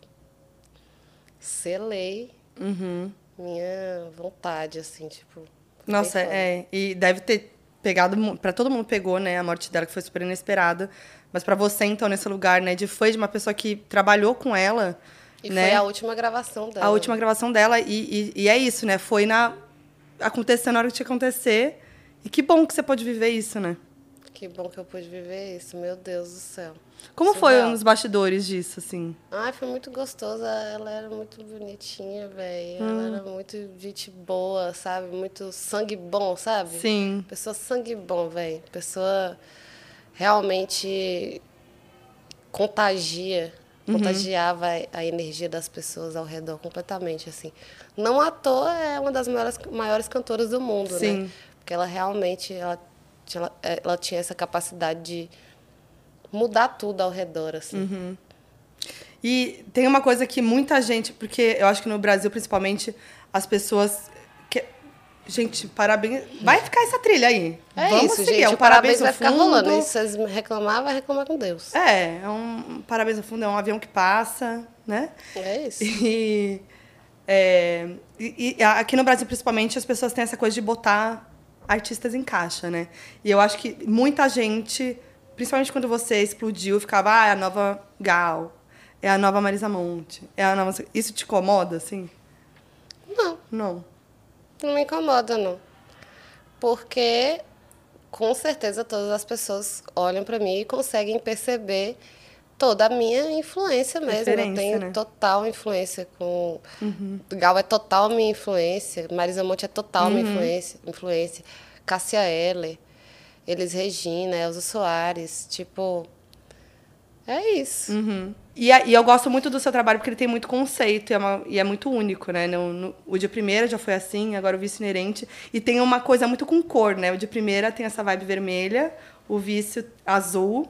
Selei uhum. minha vontade, assim, tipo. Nossa, é. E deve ter pegado. para todo mundo pegou, né? A morte dela, que foi super inesperada. Mas para você, então, nesse lugar, né? De fã de uma pessoa que trabalhou com ela. E né? foi a última gravação dela. A última gravação dela. E, e, e é isso, né? Foi na. Aconteceu na hora que tinha que acontecer. E que bom que você pode viver isso, né? Que bom que eu pude viver isso, meu Deus do céu. Como é Surreal. foi nos bastidores disso, assim? Ai, foi muito gostoso. Ela era muito bonitinha, velho. Hum. Ah. Ela era muito gente boa, sabe? Muito sangue bom, sabe? Sim. Pessoa sangue bom, velho. Pessoa realmente contagia. Uhum. Contagiava a energia das pessoas ao redor completamente, assim. Não à toa é uma das maiores, maiores cantoras do mundo, Sim. né? Porque ela realmente ela ela, é, ela, tinha essa capacidade de mudar tudo ao redor, assim. Uhum. E tem uma coisa que muita gente, porque eu acho que no Brasil, principalmente, as pessoas. Que... Gente, parabéns. Vai ficar essa trilha aí. É Vamos isso, seguir. gente. É um parabéns, parabéns vai ficar rolando. é E se vocês reclamar, vai reclamar com Deus. É, é um parabéns ao fundo, é um avião que passa, né? É isso. E, é... e, e aqui no Brasil, principalmente, as pessoas têm essa coisa de botar artistas em caixa, né? E eu acho que muita gente, principalmente quando você explodiu, ficava, ah, é a nova Gal, é a nova Marisa Monte, é a nova. Isso te incomoda, assim? Não. Não. Não me incomoda, não. Porque com certeza todas as pessoas olham para mim e conseguem perceber toda a minha influência mesmo. Diferença, eu tenho né? total influência com. Uhum. Gal é total minha influência. Marisa Monte é total uhum. minha influência. influência. Cássia Heller, Elis Regina, Elza Soares. Tipo. É isso. Uhum. E, e, eu gosto muito do seu trabalho porque ele tem muito conceito e é, uma, e é muito único, né? No, no, o de primeira já foi assim, agora o vício inerente. E tem uma coisa muito com cor, né? O de primeira tem essa vibe vermelha, o vício azul,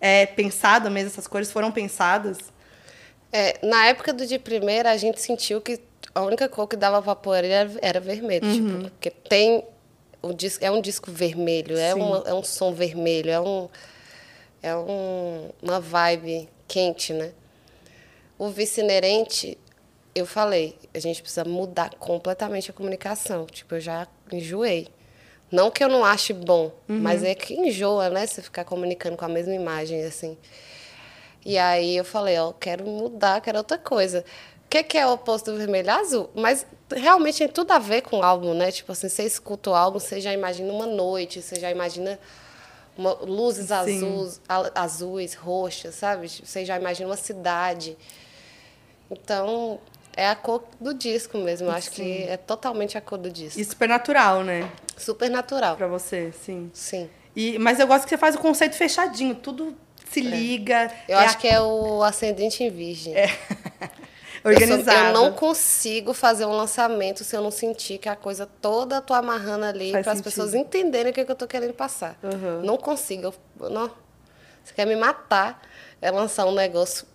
é pensada mesmo? Essas cores foram pensadas? É, na época do de primeira, a gente sentiu que a única cor que dava vapor era, era vermelho. Uhum. Tipo, porque tem. O disco, é um disco vermelho, é, uma, é um som vermelho, é, um, é um, uma vibe quente, né? O vice-inerente, eu falei, a gente precisa mudar completamente a comunicação. Tipo, eu já enjoei. Não que eu não ache bom, uhum. mas é que enjoa, né? Você ficar comunicando com a mesma imagem, assim. E aí eu falei, ó, quero mudar, quero outra coisa. O que, que é o oposto do vermelho azul? Mas realmente tem tudo a ver com o álbum, né? Tipo assim, você escuta o álbum, você já imagina uma noite, você já imagina uma, luzes azuis, azuis, roxas, sabe? Tipo, Você já imagina uma cidade. Então, é a cor do disco mesmo. Eu acho sim. que é totalmente a cor do disco. E super natural, né? Super natural. Pra você, sim. Sim. E, mas eu gosto que você faz o conceito fechadinho, tudo se é. liga. Eu é acho a... que é o ascendente em virgem. É. Organizado. Eu, sou, eu, não consigo fazer um lançamento se eu não sentir que a coisa toda eu tô amarrando ali para as pessoas entenderem o que, é que eu tô querendo passar. Uhum. Não consigo. Eu, não. Você quer me matar é lançar um negócio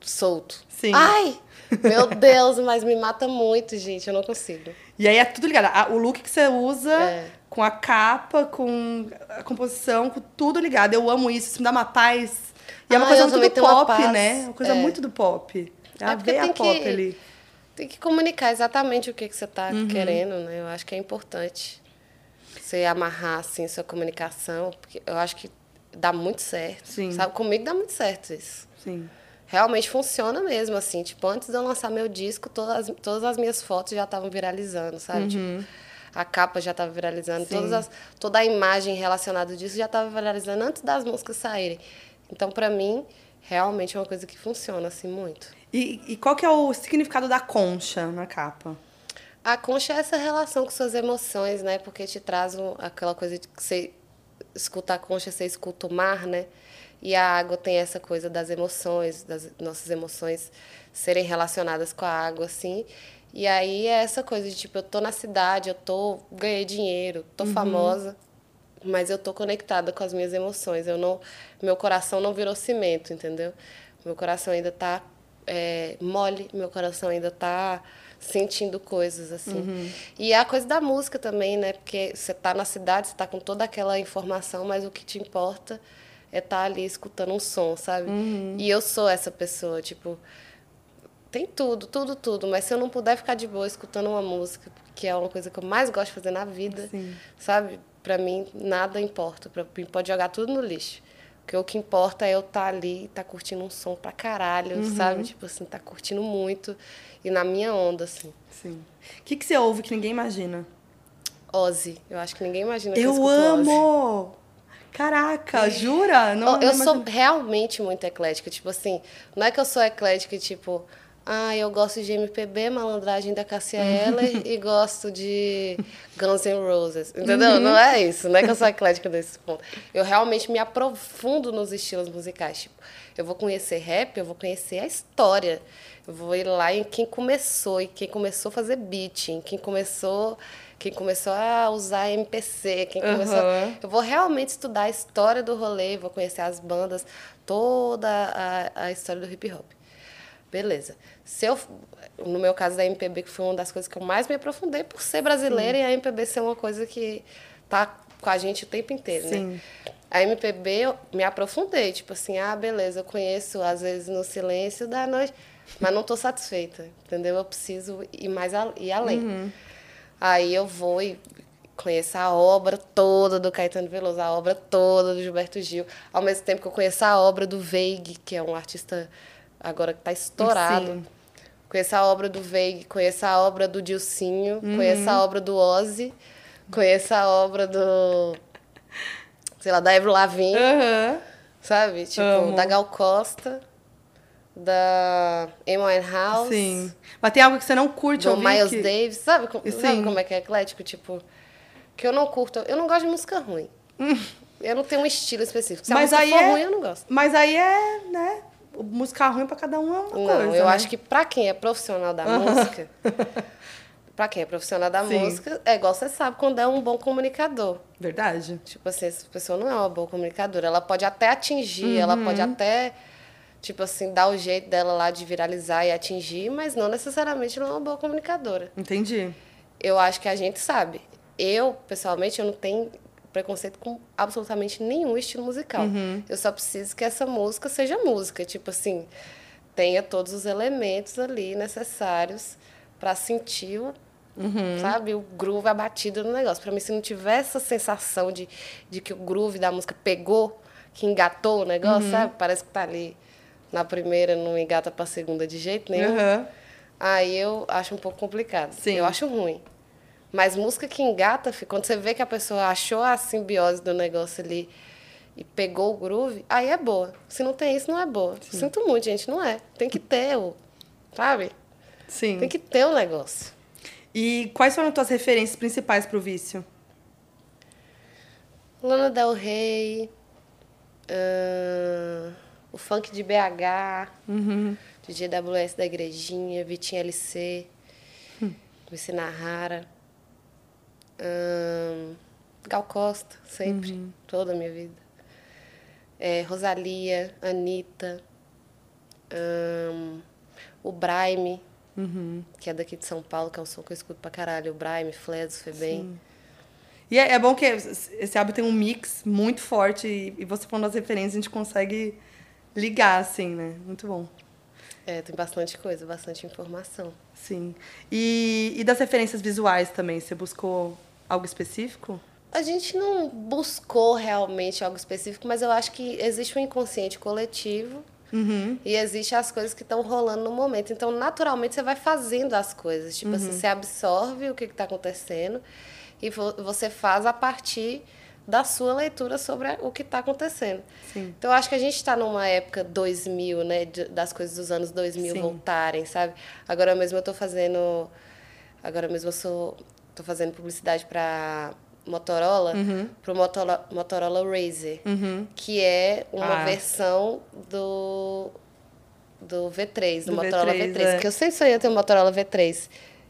solto. Sim. Ai, meu Deus, mas me mata muito, gente. Eu não consigo. E aí é tudo ligado. O look que você usa, é. com a capa, com a composição, com tudo ligado. Eu amo isso, isso me dá uma paz. E é uma ah, coisa muito do pop, né? Uma coisa é. muito do pop. É, é a veia pop que, ali. Tem que comunicar exatamente o que, que você está uhum. querendo, né? Eu acho que é importante você amarrar, assim, sua comunicação. Porque eu acho que dá muito certo. Sim. Sabe? Comigo dá muito certo isso. Sim realmente funciona mesmo, assim. Tipo, antes de eu lançar meu disco, todas, todas as minhas fotos já estavam viralizando, sabe? Uhum. Tipo, a capa já estava viralizando, Sim. todas as, toda a imagem relacionada disso já estava viralizando antes das músicas saírem. Então, para mim, realmente é uma coisa que funciona, assim, muito. E, e qual que é o significado da concha na capa? A concha é essa relação com suas emoções, né? Porque te traz um, aquela coisa de que você escuta a concha, você escuta o mar, né? E a água tem essa coisa das emoções, das nossas emoções serem relacionadas com a água, assim. E aí é essa coisa de tipo, eu tô na cidade, eu tô ganhei dinheiro, tô uhum. famosa, mas eu tô conectada com as minhas emoções. Eu não, meu coração não virou cimento, entendeu? Meu coração ainda tá é, mole, meu coração ainda tá sentindo coisas assim. E a coisa da música também, né? Porque você tá na cidade, você tá com toda aquela informação, mas o que te importa é estar tá ali escutando um som, sabe? E eu sou essa pessoa, tipo, tem tudo, tudo, tudo, mas se eu não puder ficar de boa escutando uma música, que é uma coisa que eu mais gosto de fazer na vida, Sim. sabe? Pra mim nada importa, pra mim pode jogar tudo no lixo. Porque o que importa é eu estar ali e tá curtindo um som pra caralho, Uhum. sabe? Tipo assim, tá curtindo muito e na minha onda, assim. Sim. O que, que você ouve que ninguém imagina? Ozzy, eu acho que ninguém imagina que eu, Eu escuto Ozzy. amo! [laughs] Caraca, jura? Não, Ó, eu não sou imagino. realmente muito eclética. Tipo assim, não é que eu sou eclética e tipo, ah, eu gosto de MPB, malandragem da Cássia Uhum. [laughs] Eller e gosto de Guns N' Roses. Uhum. Entendeu? Não é isso. Não é que eu sou eclética nesse ponto. Eu realmente me aprofundo nos estilos musicais. Tipo, eu vou conhecer rap, eu vou conhecer a história. Eu vou ir lá em quem começou, em quem começou a fazer beat, em quem começou. Quem começou a usar MPC, quem começou. Aham. Eu vou realmente estudar a história do rolê, vou conhecer as bandas, toda a, a história do hip hop. Beleza. Se eu, no meu caso da MPB, que foi uma das coisas que eu mais me aprofundei por ser brasileira e a MPB ser uma coisa que tá com a gente o tempo inteiro, Sim. né? A MPB eu me aprofundei, tipo assim, ah, beleza, eu conheço às vezes no silêncio da noite, mas não tô satisfeita, entendeu? Eu preciso ir mais a, ir além. Aí eu vou e conheço a obra toda do Caetano Veloso, a obra toda do Gilberto Gil, ao mesmo tempo que eu conheço a obra do Veig, que é um artista agora que está estourado. Sim. Conheço a obra do Veig, conheço a obra do Dilcinho, Uhum. conheço a obra do Ozzy, conheço a obra do. sei lá, da Evelyn Lavigne. Aham. Sabe? Tipo, Amo. da Gal Costa, da Amy Winehouse, Sim. Mas tem algo que você não curte do ouvir? Miles que... Davis. Sabe, com- Sim. sabe como é que é eclético? Tipo, que eu não curto. Eu não gosto de música [laughs] ruim. Eu não tenho um estilo específico. Se Mas a música aí for é- ruim, eu não gosto. Mas aí é, né? Música ruim pra cada um é uma Não, coisa. eu né? acho que pra quem é profissional da [laughs] música, pra quem é profissional da Sim. música, é igual você sabe quando é um bom comunicador. Verdade. Tipo assim, essa pessoa não é uma boa comunicadora. Ela pode até atingir, ela pode Uhum. até, tipo assim, dar o jeito dela lá de viralizar e atingir, mas não necessariamente não é uma boa comunicadora. Entendi. Eu acho que a gente sabe. Eu, pessoalmente, eu não tenho preconceito com absolutamente nenhum estilo musical. Eu só preciso que essa música seja música, tipo assim, tenha todos os elementos ali necessários para sentir o, sabe, o groove, a batida do negócio. Para mim, se não tiver essa sensação de, de que o groove da música pegou, que engatou o negócio, sabe? Parece que tá ali na primeira, não engata para segunda de jeito nenhum. Aham. Aí eu acho um pouco complicado. Sim. Eu acho ruim. Mas música que engata, fi, quando você vê que a pessoa achou a simbiose do negócio ali e pegou o groove, aí é boa. Se não tem isso, não é boa. Sinto muito, gente, não é. Tem que ter o. Sabe? Sim. Tem que ter o negócio. E quais foram as tuas referências principais pro vício? Lana Del Rey, ahn, o funk de BH, Uhum. DJ WS da Igrejinha, Vitinho LC, MC Narrara, ahn, Gal Costa, sempre, toda a minha vida. É, Rosalia, Anitta, ahn, o Braime, que é daqui de São Paulo, que é um som que eu escuto pra caralho, o Braime, Fleso, Febem. E é, é bom que esse álbum tem um mix muito forte e, e você falando as referências a gente consegue ligar, assim, né? Muito bom. É, tem bastante coisa, bastante informação. Sim. E, e das referências visuais também, você buscou algo específico? A gente não buscou realmente algo específico, mas eu acho que existe um inconsciente coletivo e existe as coisas que estão rolando no momento. Então, naturalmente, você vai fazendo as coisas. Tipo Uhum. assim, você absorve o que está acontecendo e vo- você faz a partir da sua leitura sobre a- o que está acontecendo. Sim. Então, eu acho que a gente está numa época 2000, né? de- Das coisas dos anos 2000 Sim. voltarem, sabe? Agora mesmo eu tô fazendo... Agora mesmo eu sou... Tô fazendo publicidade para Motorola, Uhum. pro Motorola, Motorola Razr, que é uma Ah. versão do do V3, do, Do Motorola V3, V3, é. que eu sempre sonhei em ter um Motorola V3.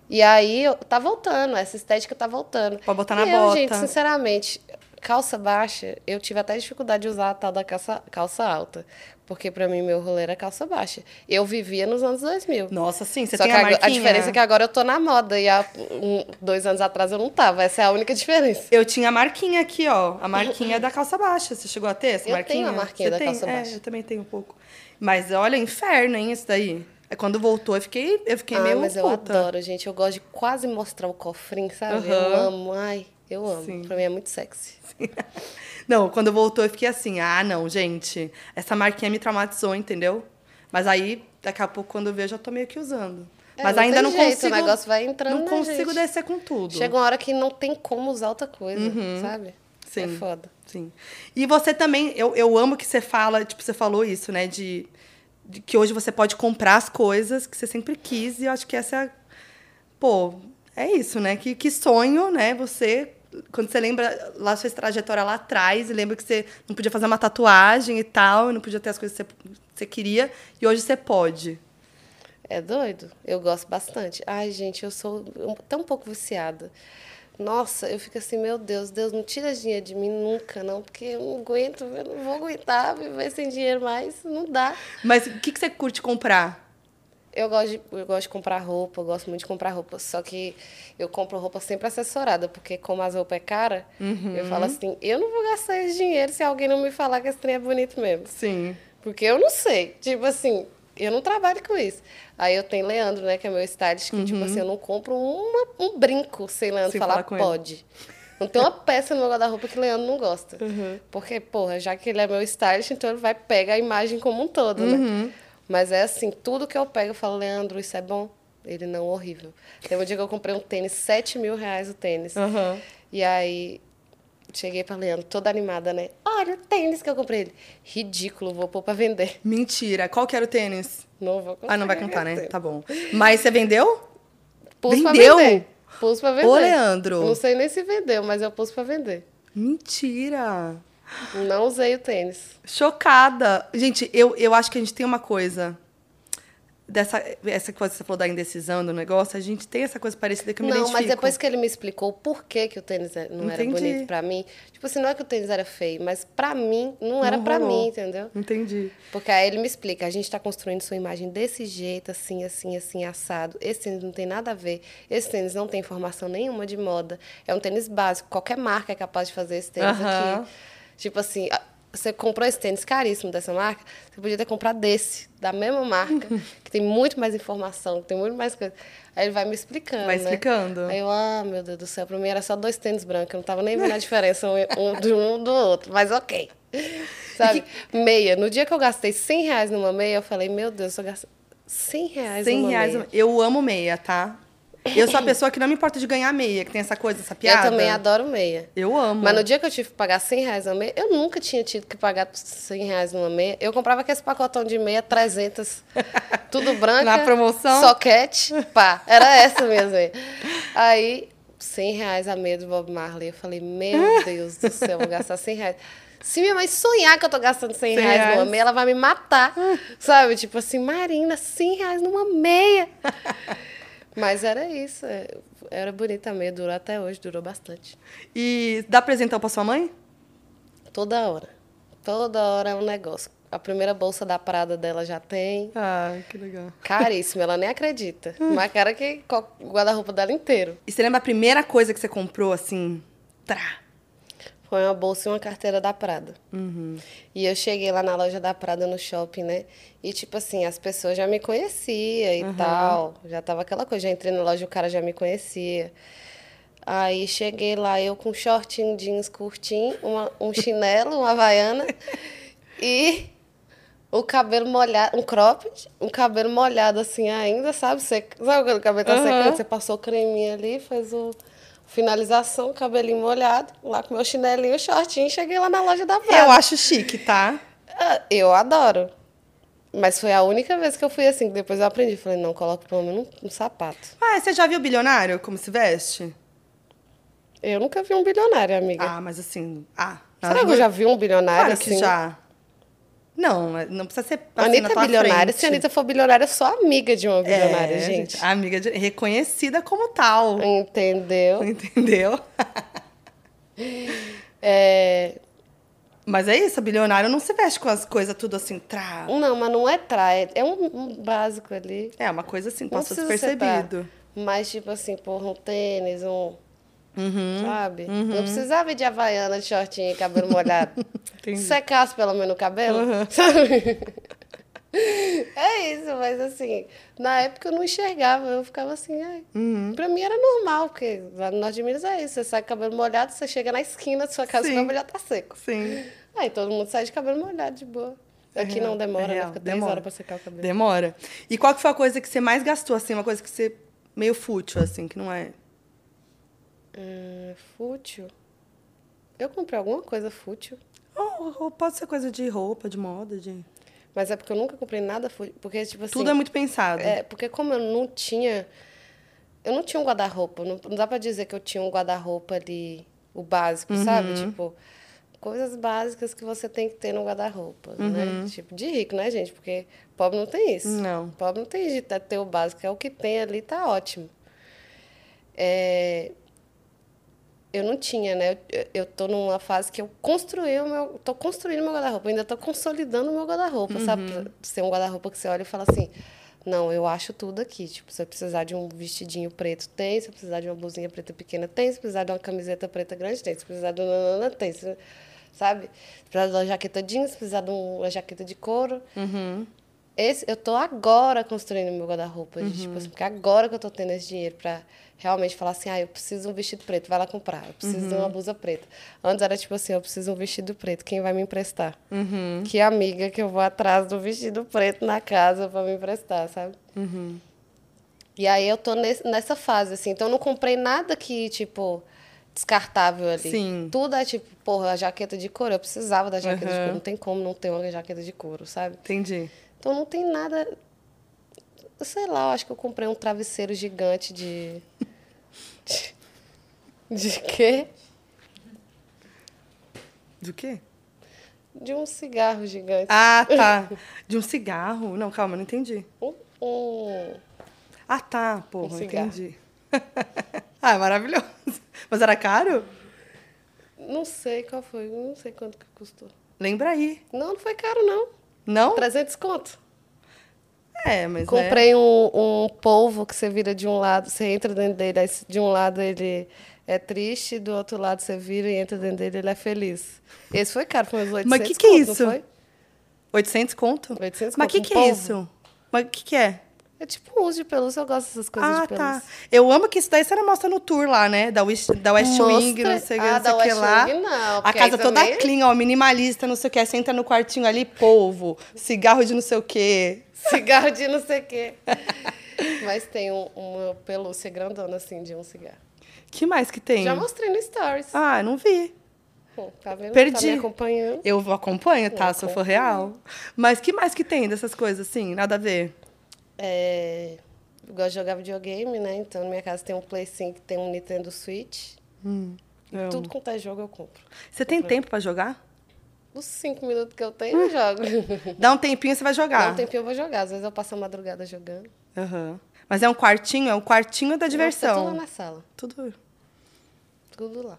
E aí eu- tá voltando, essa estética tá voltando. Pode botar E na eu, bota. gente, sinceramente, Calça baixa, eu tive até dificuldade de usar a tal da calça, calça alta. Porque pra mim meu rolê era calça baixa. Eu vivia nos anos 2000. Nossa, sim, você Só tem que a agora- marquinha. a diferença é que agora eu tô na moda e há um- dois anos atrás eu não tava. Essa é a única [laughs] diferença. Eu tinha a marquinha aqui, ó. A marquinha da calça baixa. Você chegou a ter essa Eu marquinha? tenho a marquinha Você da tem? calça É, baixa. eu também tenho um pouco. Mas olha, inferno, hein, isso daí. É quando voltou, eu fiquei, eu fiquei ah, é meio mas eu puta. adoro, gente. Eu gosto de quase mostrar o cofrinho, sabe? Eu Aham. amo, ai, eu amo. Sim. Pra mim é muito sexy. Não, quando voltou, eu fiquei assim, ah, não, gente, essa marquinha me traumatizou, entendeu? Mas aí, daqui a pouco, quando eu vejo, eu tô meio que usando. É, Mas não ainda tem não jeito, o consigo. negócio vai entrando Não na consigo gente. descer com tudo. Chega uma hora que não tem como usar outra coisa, sabe? É Uhum. Sim. foda. Sim. E você também, eu, eu amo que você fala, tipo, você falou isso, né? De, de que hoje você pode comprar as coisas que você sempre quis, e eu acho que essa é. a- Pô, é isso, né? Que, que sonho, né? Você. Quando você lembra lá sua trajetória lá atrás, e lembra que você não podia fazer uma tatuagem e tal, e não podia ter as coisas que você, você queria, e hoje você pode. É doido? Eu gosto bastante. Ai, gente, eu sou um- tão pouco viciada. Nossa, eu fico assim, meu Deus, Deus, não tira dinheiro de mim nunca, não, porque eu não aguento, eu não vou aguentar viver sem dinheiro mais, não dá. Mas o que, que você curte comprar? Eu gosto, de, eu gosto de comprar roupa, eu gosto muito de comprar roupa. Só que eu compro roupa sempre assessorada, porque como as roupas é cara, eu falo Uhum. assim, eu não vou gastar esse dinheiro se alguém não me falar que esse trem é bonito mesmo. Sim. Porque eu não sei. Tipo assim, eu não trabalho com isso. Aí eu tenho Leandro, né, que é meu stylist, que, tipo assim, eu não compro uma- um brinco sem Leandro Uhum. Sem falar falar, com ele. pode. Não tem uma peça no meu guarda-roupa que Leandro [laughs] não gosta. Porque, porra, já que ele é meu stylist, então ele vai pegar a imagem como um todo, Uhum. né? Mas é assim, tudo que eu pego, eu falo, Leandro, isso é bom. Ele não, horrível. Teve um dia que eu comprei um tênis, 7 mil reais o tênis. Aham. E aí, cheguei pra Leandro, toda animada, né? Olha o tênis que eu comprei. Ele, ridículo, vou pôr pra vender. Mentira. Qual que era o tênis? Não vou contar. Ah, não vai contar, né? Tá bom. Mas você vendeu? Pus Vendeu? pra vender. Pus pra vender. Ô, Leandro. Não sei nem se vendeu, mas eu pus pra vender. Mentira! Não usei o tênis. Chocada! Gente, eu, eu acho que a gente tem uma coisa. Dessa, essa coisa que você falou da indecisão do negócio, a gente tem essa coisa parecida que eu me não, identifico. mas depois que ele me explicou por que, que o tênis é- não Entendi. era bonito pra mim. Tipo assim, não é que o tênis era feio, mas pra mim, não era pra rolou. mim, entendeu? Entendi. Porque aí ele me explica, a gente tá construindo sua imagem desse jeito, assim, assim, assim, assado. Esse tênis não tem nada a ver. Esse tênis não tem formação nenhuma de moda. É um tênis básico. Qualquer marca é capaz de fazer esse tênis Aham. aqui. Tipo assim, a- você comprou esse tênis caríssimo dessa marca, você podia ter comprado desse, da [laughs] mesma marca, que tem muito mais informação, que tem muito mais coisa. Aí ele vai me explicando. Vai né? explicando. Aí eu, ah, meu Deus do céu, pra mim era só dois tênis brancos, eu não tava nem vendo a diferença um, um do um do outro, mas ok. Sabe? Meia. No dia que eu gastei 100 reais numa meia, eu falei, meu Deus, eu gastei 100 reais 100 numa reais. meia. Eu amo meia, tá? Eu sou a pessoa que não me importa de ganhar meia, que tem essa coisa, essa piada. Eu também adoro meia. Eu amo. Mas no dia que eu tive que pagar 100 reais numa meia, eu nunca tinha tido que pagar 100 reais numa meia. Eu comprava aquele pacotão de [laughs] meia, 300, tudo branca. Na promoção? Soquete, pá. Era essa mesmo. meia. Aí, 100 reais a meia do Bob Marley. Eu [laughs] falei, meu Deus do céu, vou gastar 100 reais. Se minha mãe sonhar que eu tô gastando 100 100 reais numa reais. meia, ela vai [laughs] me matar. Sabe? Tipo assim, Marina, 100 reais numa [laughs] meia. Mas era isso. é. Era bonita a meia, durou até hoje, durou bastante. E dá presentão pra sua mãe? Toda hora. Toda hora é um negócio. A primeira bolsa da Prada dela já tem. Ah, que legal. Caríssimo, ela nem acredita. Uma cara que co- o guarda-roupa dela inteiro. E você lembra a primeira coisa que você comprou, assim? Trá. Foi uma bolsa e uma carteira da Prada. E eu cheguei lá na loja da Prada, no shopping, né? E, tipo assim, as pessoas já me conheciam e tal. Já tava aquela coisa. Já entrei na loja, o cara já me conhecia. Aí cheguei lá, eu com shortinho, jeans curtinho, uma- um chinelo, uma havaiana e o cabelo molhado, um cropped, um cabelo molhado assim ainda, sabe? Seca, sabe quando o cabelo tá Aham. secando? Você passou o creminho ali, fez o finalização, cabelinho molhado, lá com meu chinelinho, o shortinho, cheguei lá na loja da Prada. Eu acho chique, tá? Ah, Eu adoro. Mas foi a única vez que eu fui assim, que depois eu aprendi. Falei, não, coloca pelo menos um, um sapato. Ah, você já viu bilionário como se veste? Eu nunca vi um bilionário, amiga. Ah, mas assim. Ah, Será que eu já vi um bilionário Claro assim? que já. Não, não precisa ser. A assim, na Anitta tua é bilionária. frente. Se a Anitta for bilionária, eu sou amiga de uma É, bilionária, gente. Amiga de- reconhecida como tal. Entendeu? Entendeu? [laughs] É, Mas é isso, bilionário não se veste com as coisas tudo assim, trá. Não, mas não é traia. É um, um básico ali. É, uma coisa assim, Não passa precisa ser tra- despercebido. Mas, tipo assim, porra, um tênis, um. Uhum. Sabe? Não precisava ir de Havaiana, de shortinho e cabelo molhado. [laughs] Entendi. Uhum. Secasse pelo menos o cabelo, [laughs] sabe? É isso, mas assim, na época eu não enxergava, eu ficava assim, ai. Uhum. Pra mim era normal, porque lá no Norte de Minas é isso, você sai com o cabelo molhado, você chega na esquina da sua casa, o Sim. cabelo já tá seco. Sim. Aí todo mundo sai de cabelo molhado, de boa. Aqui não real, demora, é né? real, Fica três demora. horas pra secar o cabelo. Demora. E qual que foi a coisa que você mais gastou, assim? Uma coisa que você. meio fútil, assim, que não é. Hum, fútil. Eu comprei alguma coisa fútil, Ou- ou Oh, pode ser coisa de roupa, de moda, de. mas é porque eu nunca comprei nada fútil, porque tipo assim, Tudo é muito pensado. é, porque como eu não tinha eu não tinha um guarda-roupa, não, não dá pra dizer que eu tinha um guarda-roupa ali o básico, sabe? Tipo coisas básicas que você tem que ter no guarda-roupa, né? Tipo de rico, né, gente? Porque pobre não tem isso. Não. um Pobre não tem jeito de ter o básico, é o que tem ali tá ótimo. É, eu não tinha, né? Eu, eu tô numa fase que eu construí o meu. Tô construindo meu guarda-roupa, ainda tô consolidando o meu guarda-roupa, sabe? Pra ser um guarda-roupa que você olha e fala assim: não, eu acho tudo aqui. Tipo, se eu precisar de um vestidinho preto, tem. Se eu precisar de uma blusinha preta pequena, tem. Se eu precisar de uma camiseta preta grande, tem. Se eu precisar de uma nanana, tem. Se- sabe? Se precisar de uma jaqueta jeans, se precisar de uma jaqueta de couro. Esse, eu tô agora construindo meu guarda-roupa, de, tipo assim, porque agora que eu tô tendo esse dinheiro pra realmente falar assim, ah, eu preciso de um vestido preto, vai lá comprar, eu preciso de uma blusa preta. Antes era tipo assim, eu preciso de um vestido preto, quem vai me emprestar? Que amiga que eu vou atrás do vestido preto na casa pra me emprestar, sabe? E aí eu tô nesse- nessa fase, assim, então eu não comprei nada que, tipo, descartável ali. Sim. Tudo é tipo, porra, a jaqueta de couro, eu precisava da jaqueta de Uhum. couro, não tem como não ter uma jaqueta de couro, sabe? Entendi. Então não tem nada. Sei lá, eu acho que eu comprei um travesseiro gigante de. De, de quê? Do quê? De um cigarro gigante. Ah, [laughs] tá. De um cigarro? Não, calma, não entendi. Um, um- Ah, tá, porra, cigarro. entendi. [laughs] ah, é maravilhoso. Mas era caro? Não sei qual foi, não sei quanto que custou. Lembra aí. Não, não foi caro, não. Não? 300 conto. É, mas. É... Comprei um, um polvo que você vira de um lado, você entra dentro dele, aí de um lado ele é triste, do outro lado você vira e entra dentro dele ele é feliz. Esse foi caro, foi uns 800 Mas que que é conto, não isso? foi? 800 conto? 800 Mas o conto, que, um que é polvo. isso? Mas o que, que é? É tipo um uso de pelúcia, eu gosto dessas coisas Ah, de pelúcia. tá. Eu amo que isso daí você não mostra no tour lá, né? Da West, da West Mostra. Wing, não sei o que, Ah, não sei da o que West lá. Wing não, A porque casa aí toda também- clean, ó, minimalista, não sei o que. Você entra no quartinho ali, polvo, cigarro de não sei o que. [laughs] Cigarro de não sei o quê. Mas tem um- uma pelúcia grandona, assim, de um cigarro. que mais que tem? Já mostrei no Stories. Ah, não vi. Pô, tá vendo? Tá Perdi. me acompanhando. Eu acompanho, tá? Eu Se eu for real. Mas que mais que tem dessas coisas, assim? Nada a ver. É, eu gosto de jogar videogame, né? Então, na minha casa tem um Play 5, tem um Nintendo Switch. Eu- Tudo quanto é jogo, eu compro. Você tem tempo pra [laughs] jogar? Os cinco minutos que eu tenho, eu Ah. jogo. Dá um tempinho, você vai jogar. Dá um tempinho, eu vou jogar. Às vezes eu passo a madrugada jogando. Aham. Mas é um quartinho, é um quartinho da Nossa, Tá Tudo diversão. lá na sala. Tudo. Tudo lá.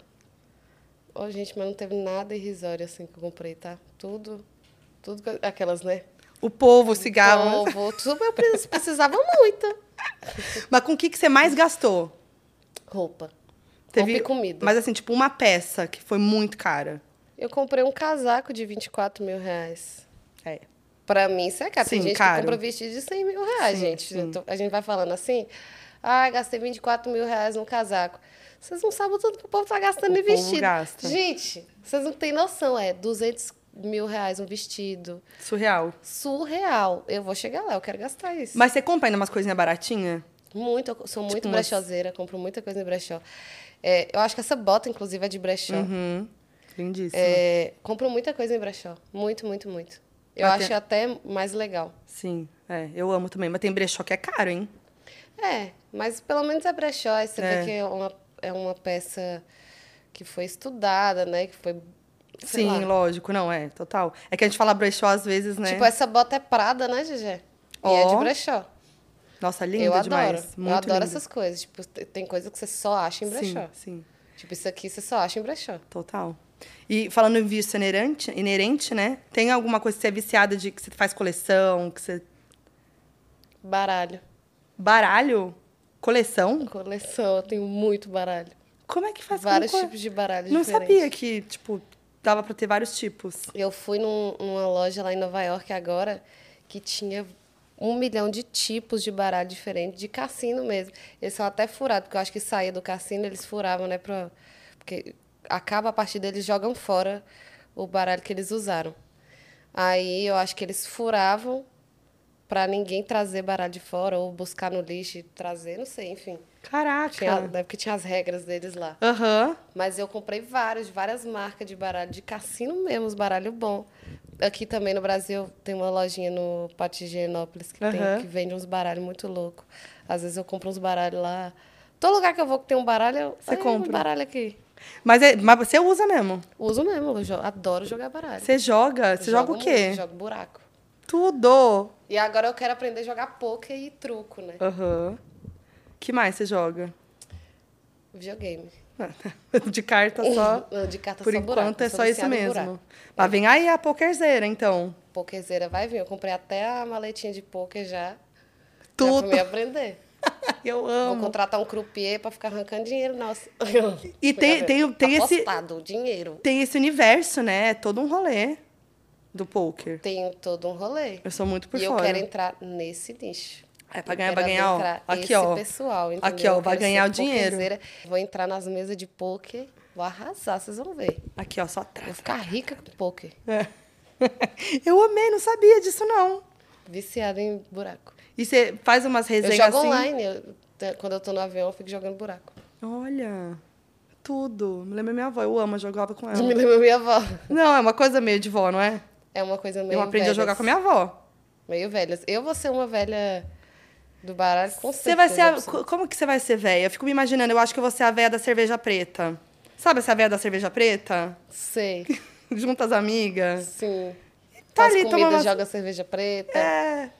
Ô, gente, mas não teve nada irrisório, assim, que eu comprei, tá? Tudo... Tudo que eu- aquelas, né? O povo, o cigarro. Ovo, tudo eu precis- precisava muito. né? Mas com o que, que você mais gastou? Roupa. Teve Roupa e comida. Mas assim, tipo, uma peça que foi muito cara. Eu comprei um casaco de 24 mil reais. É. Pra mim, isso é caro. Tem Sim, gente caro. que compra vestido de 100 mil reais, gente. Eu tô- a gente vai falando assim, ah, gastei 24 mil reais num casaco. Vocês não sabem o tanto que o povo tá gastando O em povo vestido. gasta. Gente, vocês não têm noção. É 200 mil reais um vestido. Surreal. Surreal. Eu vou chegar lá, eu quero gastar isso. Mas você compra ainda umas coisinhas baratinhas? Muito, eu sou muito Tipo umas- brechoseira, compro muita coisa em brechó. É, eu acho que essa bota, inclusive, é de brechó. Uhum. Lindíssimo. É, compro muita coisa em brechó. Muito, muito, muito. Eu Mas acho até mais legal. Sim, é. Eu amo também. Mas tem brechó que é caro, hein? É, mas pelo menos é brechó. Aí você É. vê que é uma, é uma peça que foi estudada, né? Que foi. sei Sim, lá. lógico. Não, é, total. É que a gente fala brechó às vezes, né? Tipo, essa bota é Prada, né, Gegé? E é de Ó. brechó. Nossa, linda eu adoro. demais. Eu Muito adoro linda. essas coisas. Tipo, te- tem coisa que você só acha em brechó. Sim, sim. Tipo, isso aqui você só acha em brechó. Total. E falando em vício inerente, inerente, né? Tem alguma coisa que você é viciada de que você faz coleção, que você. Baralho. Baralho? Coleção? Coleção, eu tenho muito baralho. Como é que faz com Vários co- tipos de baralho Não diferentes. sabia que, tipo, dava pra ter vários tipos. Eu fui num- numa loja lá em Nova York agora que tinha um milhão de tipos de baralho diferente, de cassino mesmo. Eles são até furados, porque eu acho que saía do cassino, eles furavam, né? Pra... Porque acaba a partida, eles jogam fora o baralho que eles usaram. Aí eu acho que eles furavam pra ninguém trazer baralho de fora ou buscar no lixo e trazer, não sei, enfim. Tinha, Caraca. né, Porque tinha as regras deles lá. Aham. Mas eu comprei vários, de várias marcas de baralho, de cassino mesmo, os baralho bom. Aqui também no Brasil tem uma lojinha no Pátio de Higienópolis que, tem- Aham. que vende uns baralhos muito louco. Às vezes eu compro uns baralhos lá. Todo lugar que eu vou que tem um baralho, eu Você "Ah, compra. um baralho aqui. Mas, é, mas você usa mesmo. Uso mesmo, eu jo- adoro jogar baralho. Você joga? Você Eu joga o jogo quê? muito, Jogo buraco. Tudo. E agora eu quero aprender a jogar poker e truco, né? Aham. que mais você joga? [laughs] Videogame. De carta só. De [laughs] carta Por só enquanto buraco, é sou só isso viciada em mesmo. buraco. Mas vem aí a pokerzeira, [laughs] então. Pokerzeira vai vir. Eu comprei até a maletinha de poker já. Já pra Tudo. me aprender. Eu Vou amo. contratar um croupier pra ficar arrancando dinheiro, nossa. [laughs] E tem- tem- tem esse- Apostado, dinheiro. Tem esse universo, né? É todo um rolê do poker. Tem todo um rolê. Eu sou muito por e fora. eu quero entrar nesse nicho. É, pra Eu ganhar, quero pra ganhar, ó. adentrar Aqui, esse ó. pessoal, entendeu? Aqui, ó, Eu vai quero ser ganhar o dinheiro. pokerzeira. Vou entrar nas mesas de poker, vou arrasar, vocês vão ver. Aqui, ó, só Vou atrás. ficar rica com poker. É. [laughs] Eu amei, não sabia disso, não. Viciada em buraco. E você faz umas Eu resenhas jogo assim. online. eu- te- quando eu tô no avião, eu fico jogando buraco. Olha, tudo. Me lembra minha avó, eu amo, eu jogava com ela. Me lembra [laughs] minha avó. Não, é uma coisa meio de vó, não é? É uma coisa meio eu aprendi a velha, assim. jogar com a minha avó. Meio velhas. Eu vou ser uma velha do baralho, com Você vai ser. a- certeza. co- Como que você vai ser véia? Eu fico me imaginando, eu acho que eu vou ser a véia da cerveja preta. Sabe essa véia da cerveja preta? [laughs] Sei, Junta as amigas. sim. [laughs] Tá Faz ali, toma comida, uma- joga cerveja preta. É.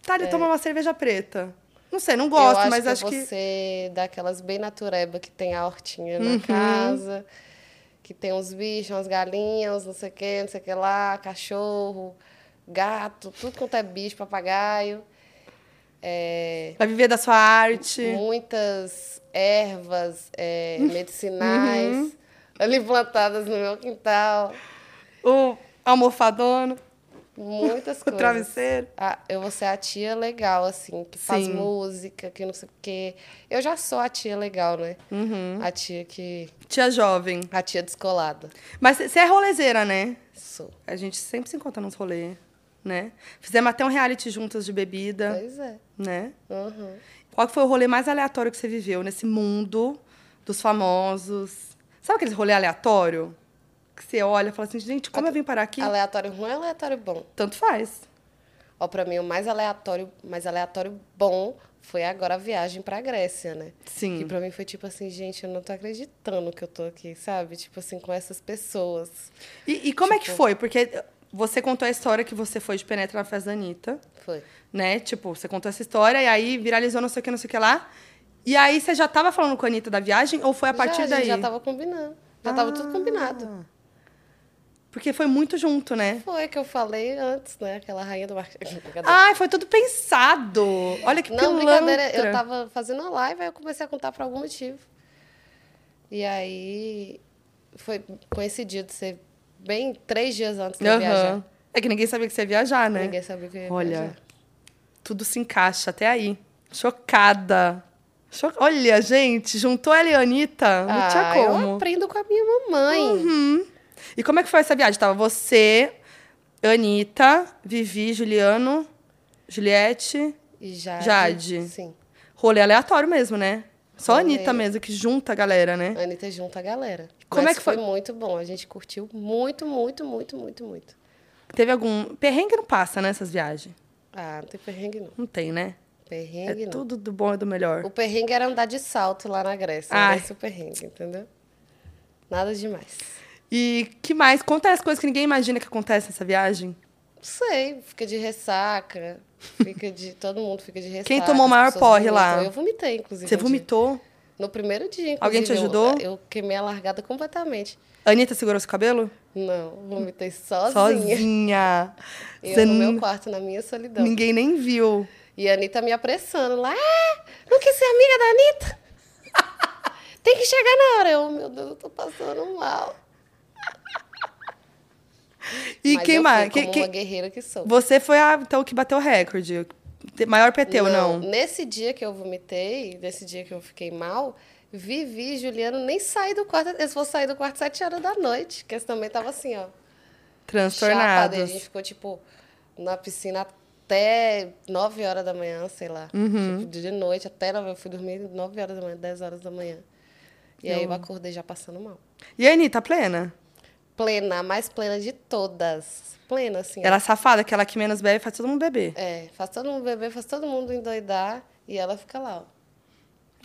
Tá ali, toma uma cerveja preta. Não sei, não eu gosto, acho mas que é acho que. você dá aquelas bem natureba que tem a hortinha Uhum. na casa, que tem uns bichos, umas galinhas, não sei o que, não sei o que lá, cachorro, gato, tudo quanto é bicho, papagaio. É, Vai viver da sua arte. muitas ervas [laughs] é, Uhum. medicinais ali plantadas no meu quintal. Uhum. O almofadono, [laughs] Muitas o coisas. travesseiro. Ah, eu vou ser a tia legal, assim, que faz Sim. música, que não sei o quê. Eu já sou a tia legal, né? Hum? A tia que. Tia jovem. A tia descolada. Mas você é rolezeira, né? Sou. A gente sempre se encontra nos rolês, né? Fizemos até um reality juntas de bebida, Pois é. né? Uhum. Qual que foi o rolê mais aleatório que você viveu nesse mundo dos famosos? Sabe aqueles rolê aleatório? Que você olha e fala assim, gente, como eu vim parar aqui? Aleatório ruim é aleatório bom. Tanto faz. Ó, pra mim, o mais aleatório, mais aleatório bom foi agora a viagem pra Grécia, né? Que Sim. pra mim foi tipo assim, gente, eu não tô acreditando que eu tô aqui, sabe? Tipo assim, com essas pessoas. E, e como é Tipo. que foi? Porque você contou a história que você foi de penetra na festa da Anitta, Foi. né? Tipo, você contou essa história e aí viralizou não sei o que, não sei o que lá. E aí você já tava falando com a Anitta da viagem ou foi a partir já, daí? Ah. A gente já tava combinando. Já tava tudo combinado. Porque foi muito junto, né? Foi que eu falei antes, né? Aquela rainha do [laughs] marketing. Ai, foi tudo pensado. Olha Ah, que não, pilantra. brincadeira, eu tava fazendo uma live, aí eu comecei a contar por algum motivo. E aí foi coincidido ser bem três dias antes de eu Aham. viajar. É que ninguém sabia que você ia viajar, né? Ninguém sabia que eu ia Olha, viajar. tudo se encaixa até aí. Chocada. Cho- Olha, gente, juntou ela e a Anitta. Não tinha Ah, Eu como. Uhum. aprendo com a minha mamãe. E como é que foi essa viagem? Tava você, Anitta, Vivi, Juliano, Juliette. E Jade. Jade. Sim. Rolê aleatório mesmo, né? Só a Rolê. Anitta mesmo, que junta a galera, né? A Anitta junta a galera. Como Mas é que foi? muito bom. A gente curtiu muito, muito, muito, muito, muito. Teve algum. Perrengue não passa, né? Essas viagens. Ah, não tem perrengue não. Não tem, né? Perrengue É não. tudo do bom e do melhor. O perrengue era andar de salto lá na Grécia. Ai. Era esse o perrengue, entendeu? Nada demais. E que mais? Conta as coisas que ninguém imagina que acontece nessa viagem. Não sei, fica de ressaca. Fica de. [laughs] Todo mundo fica de ressaca. Quem tomou as maior pessoas porre vomitam. lá? Eu vomitei, inclusive. Você um dia. vomitou? No primeiro dia, inclusive. Alguém te eu- ajudou? Eu, queimei a largada completamente. Anitta segurou seu cabelo? Não, vomitei sozinha. Sozinha. Eu Você no n- meu quarto, na minha solidão. Ninguém nem viu. E a Anitta me apressando lá. Ah, não quis ser amiga da Anitta. [laughs] Tem que chegar na hora. Eu, "Oh, meu Deus, eu tô passando mal. E Mas quem eu mais? fui Quem- Como quem- uma guerreira que sou. Você foi a, então, que bateu o recorde. Te- Maior PT ou não? Nesse dia que eu vomitei, nesse dia que eu fiquei mal, Vivi e Juliano nem saí do quarto. Eles vão sair do quarto sete horas da noite. Que eles também estavam assim, ó. Transtornados. Chapada, a gente ficou, tipo, na piscina até 9 horas da manhã, sei lá. Uhum. Tipo, de noite até 9 Eu fui dormir 9 horas da manhã, 10 horas da manhã. E aí eu acordei já passando mal. E a Anitta, plena? Plena, a mais plena de todas. Plena, assim. ó. Ela é safada, aquela que menos bebe faz todo mundo beber. É, faz todo mundo beber, faz todo mundo endoidar. E ela fica lá,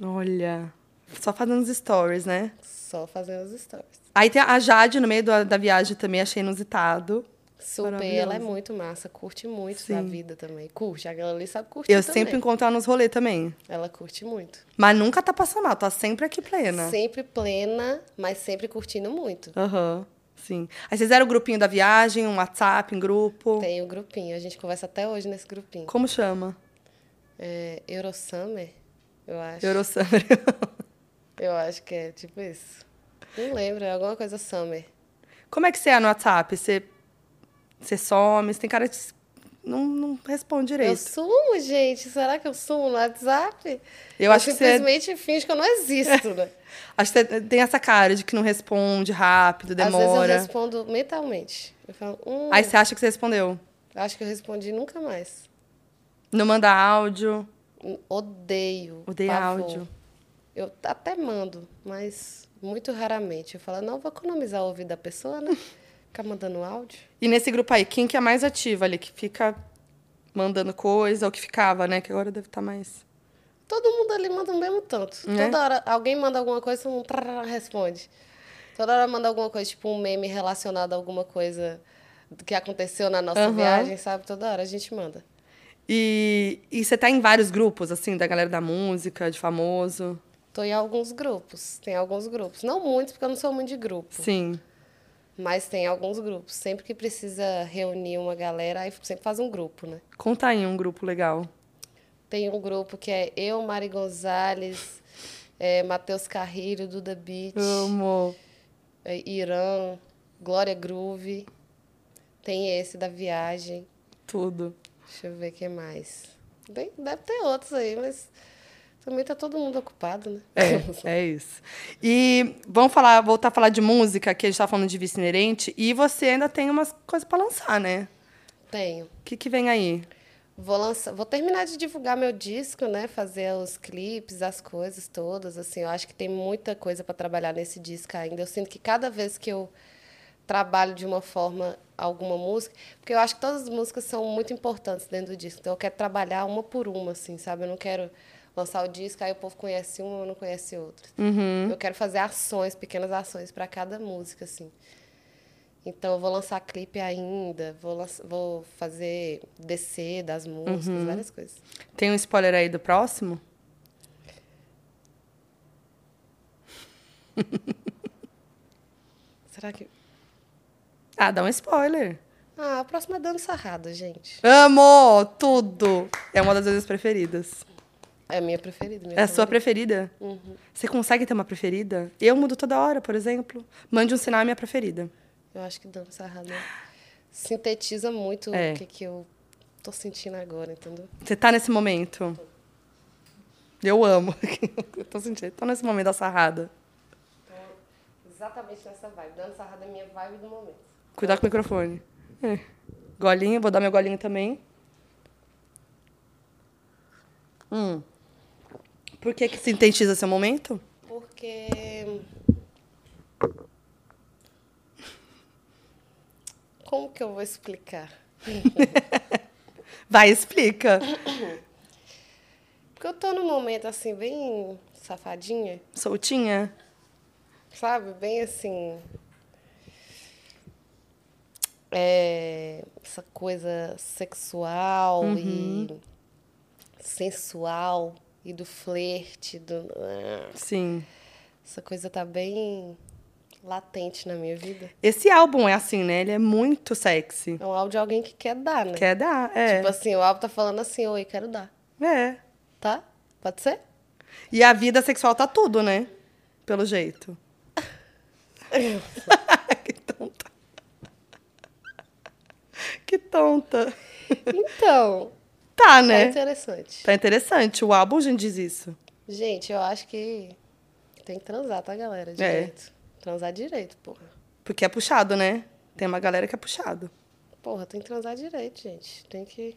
ó, Olha. Só fazendo os stories, né? só fazendo as stories. Aí tem a Jade no meio do- da viagem também, achei inusitado. Super, Maravilhosa. ela é muito massa, curte muito da Sim. vida também. Curte, aquela ali sabe curtir Eu também. sempre encontro ela nos rolês também. Ela curte muito. Mas nunca tá passando mal, tá sempre aqui plena. Sempre plena, mas sempre curtindo muito. Aham, sim. Aí vocês eram o grupinho da viagem, um WhatsApp, um grupo. Tem o grupinho, a gente conversa até hoje nesse grupinho. Como chama? É, Eurosummer, eu acho. Eurosummer. Eu acho que é tipo isso. Não lembro, é alguma coisa Summer. [laughs] Como é que você é no WhatsApp? Você, você some, você tem cara de... Não, não responde Eu direito. sumo, gente. Será que eu sumo no WhatsApp? Eu acho que você- simplesmente finge que eu não existo, né? Acho que você tem essa cara de que não responde rápido, Às [laughs] vezes demora. eu respondo mentalmente. Eu falo, hum, Aí você acha que você respondeu. acho que eu respondi nunca mais. Não manda áudio. Hum, Odeio. Odeia pavor. áudio. Eu até mando, mas muito raramente. Eu falo, não, vou economizar o ouvido da pessoa, [laughs] né? Ficar mandando áudio. E nesse grupo aí, quem que é mais ativa ali? Que fica mandando coisa, ou que ficava, né? Que agora deve estar mais... Todo mundo ali manda o mesmo tanto. Né? Toda hora alguém manda alguma coisa, todo mundo trará, responde. Toda hora manda alguma coisa, tipo um meme relacionado a alguma coisa que aconteceu na nossa Aham. viagem, sabe? Toda hora a gente manda. E, e você tá em vários grupos, assim, da galera da música, de famoso. Tô em alguns grupos, tem alguns grupos. Não muitos, porque eu não sou muito de grupo, Sim. mas tem alguns grupos. Sempre que precisa reunir uma galera, aí sempre faz um grupo, né? Conta aí um grupo legal. Tem um grupo que é eu, Mari Gonzalez, é, Matheus Carrilho, Duda Beat. Amo. É, Irã, Glória Groove. Tem esse da viagem. Tudo. Deixa eu ver o que mais. Bem, deve ter outros aí, mas também tá todo mundo ocupado, né? [laughs] É, é isso. E vamos falar, voltar a falar de música, que a gente tá falando de vice inerente. E você ainda tem umas coisas pra lançar, né? [laughs] Tenho. O que, que vem aí? Vou lançar, vou terminar de divulgar meu disco, né? Fazer os clipes, as coisas todas, assim. Eu acho que tem muita coisa para trabalhar nesse disco ainda. Eu sinto que cada vez que eu trabalho de uma forma alguma música, porque eu acho que todas as músicas são muito importantes dentro do disco. Então eu quero trabalhar uma por uma, assim, sabe? Eu não quero lançar o disco aí o povo conhece uma, eu não conhece outra. Eu quero fazer ações, pequenas ações para cada música, assim. Então, eu vou lançar clipe ainda, vou, lança- vou fazer DC das músicas, Uhum. várias coisas. Tem um spoiler aí do próximo? Será que. Ah, dá um spoiler. Ah, a próxima é Dando Sarrada, gente. Amo! Tudo! É uma das minhas preferidas. É a minha preferida. Minha É a sua preferida? Você consegue ter uma preferida? Eu mudo toda hora, por exemplo. Mande um sinal, é minha preferida. Eu acho que Dando Sarrada sintetiza muito É. o que, que eu tô sentindo agora, entendeu? Você tá nesse momento? Eu amo. [laughs] Eu tô sentindo. Tô nesse momento da sarrada. Então, Exatamente nessa vibe. Dando Sarrada é minha vibe do momento. Cuidado com o microfone. É. Golinho, vou dar meu golinho também. Hum. Por que que sintetiza seu momento? Porque. Como que eu vou explicar? Vai, explica. Porque eu tô num momento assim, bem safadinha, Soltinha? sabe? Bem assim. é, essa Uhum. coisa sexual e sensual e do flerte, do. Sim. Essa coisa tá bem latente na minha vida. Esse álbum é assim, né? Ele é muito sexy. É um áudio de alguém que quer dar, né? Quer dar, é. Tipo assim, o álbum tá falando assim, oi, quero dar. É. Tá? Pode ser? E a vida sexual tá tudo, né? Pelo jeito. [laughs] que tonta. Que tonta. Então, Tá, é né? interessante. Tá interessante. O álbum a gente diz isso. Gente, eu acho que tem que transar, tá, galera? Direito. Transar direito, porra. Porque é puxado, né? Tem uma galera que é puxado. Porra, tem que transar direito, gente. Tem que.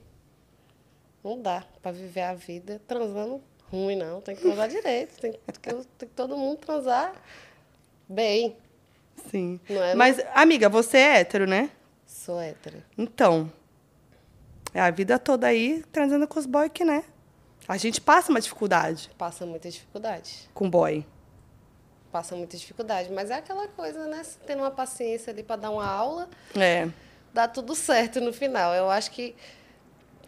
Não dá pra viver a vida transando ruim, não. Tem que transar direito. Tem que, tem que todo mundo transar bem. Sim. Não é, não? Mas, amiga, você é hétero, né? Sou hétero. Então. É a vida toda aí transando com os boy que, né? A gente passa uma dificuldade Passa muita dificuldade. com boy. Passa muita dificuldade. Mas é aquela coisa, né? Você Tendo uma paciência ali pra dar uma aula, É. dá tudo certo no final. Eu acho que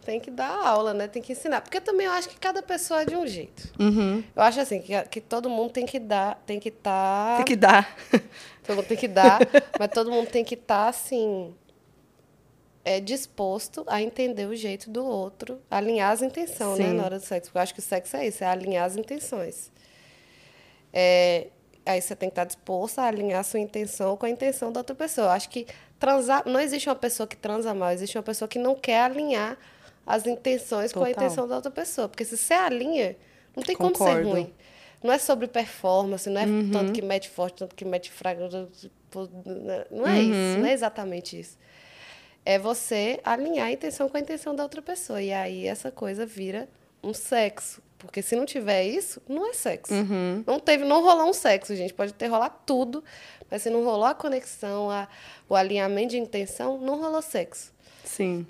tem que dar aula, né? Tem que ensinar. Porque também eu acho que cada pessoa é de um jeito. Uhum. Eu acho assim, que, que todo mundo tem que dar, tem que tá estar. Tem que dar. Todo mundo tem que dar, [laughs] mas todo mundo tem que estar, assim, é disposto a entender o jeito do outro, alinhar as intenções, né, Sim. na hora do sexo. Porque eu acho que o sexo é isso, é alinhar as intenções. É, aí você tem que estar disposto a alinhar a sua intenção com a intenção da outra pessoa. Eu acho que transar, não existe uma pessoa que transa mal, existe uma pessoa que não quer alinhar as intenções com a Total. intenção da outra pessoa. Porque se você alinha, não tem como ser Concordo. ruim. Não é sobre performance, não é tanto que mete forte, tanto que mete fraco. tipo, Não é isso, não é exatamente isso. É você alinhar a intenção com a intenção da outra pessoa. E aí essa coisa vira um sexo. Porque se não tiver isso, não é sexo. Uhum. Não teve, não rolou um sexo, gente. Pode ter rolado tudo, mas se não rolou a conexão, a- o alinhamento de intenção, não rolou sexo. Sim.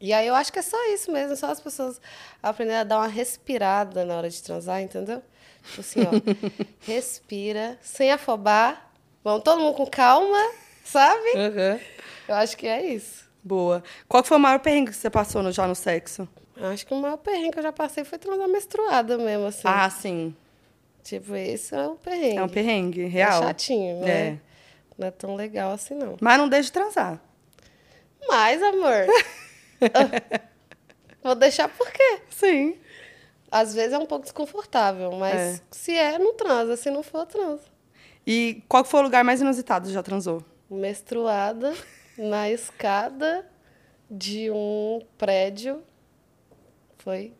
E aí eu acho que é só isso mesmo, só as pessoas aprenderem a dar uma respirada na hora de transar, entendeu? Tipo assim, [laughs] ó, respira, sem afobar, vamos todo mundo com calma, sabe? Eu acho que é isso. Boa. Qual que foi o maior perrengue que você passou no- já no sexo? Eu acho que o maior perrengue que eu já passei foi transar menstruada mesmo, assim. Ah, sim. Tipo, esse é um perrengue. É um perrengue, real. É chatinho, né? É. Não é tão legal assim, não. Mas não deixa de transar. Mas, [laughs] amor... ah, Vou deixar por quê? Sim. Às vezes é um pouco desconfortável, mas É. se é, não transa. Se não for, transa. E qual que foi o lugar mais inusitado que você já transou? menstruada na escada de um prédio. Foi,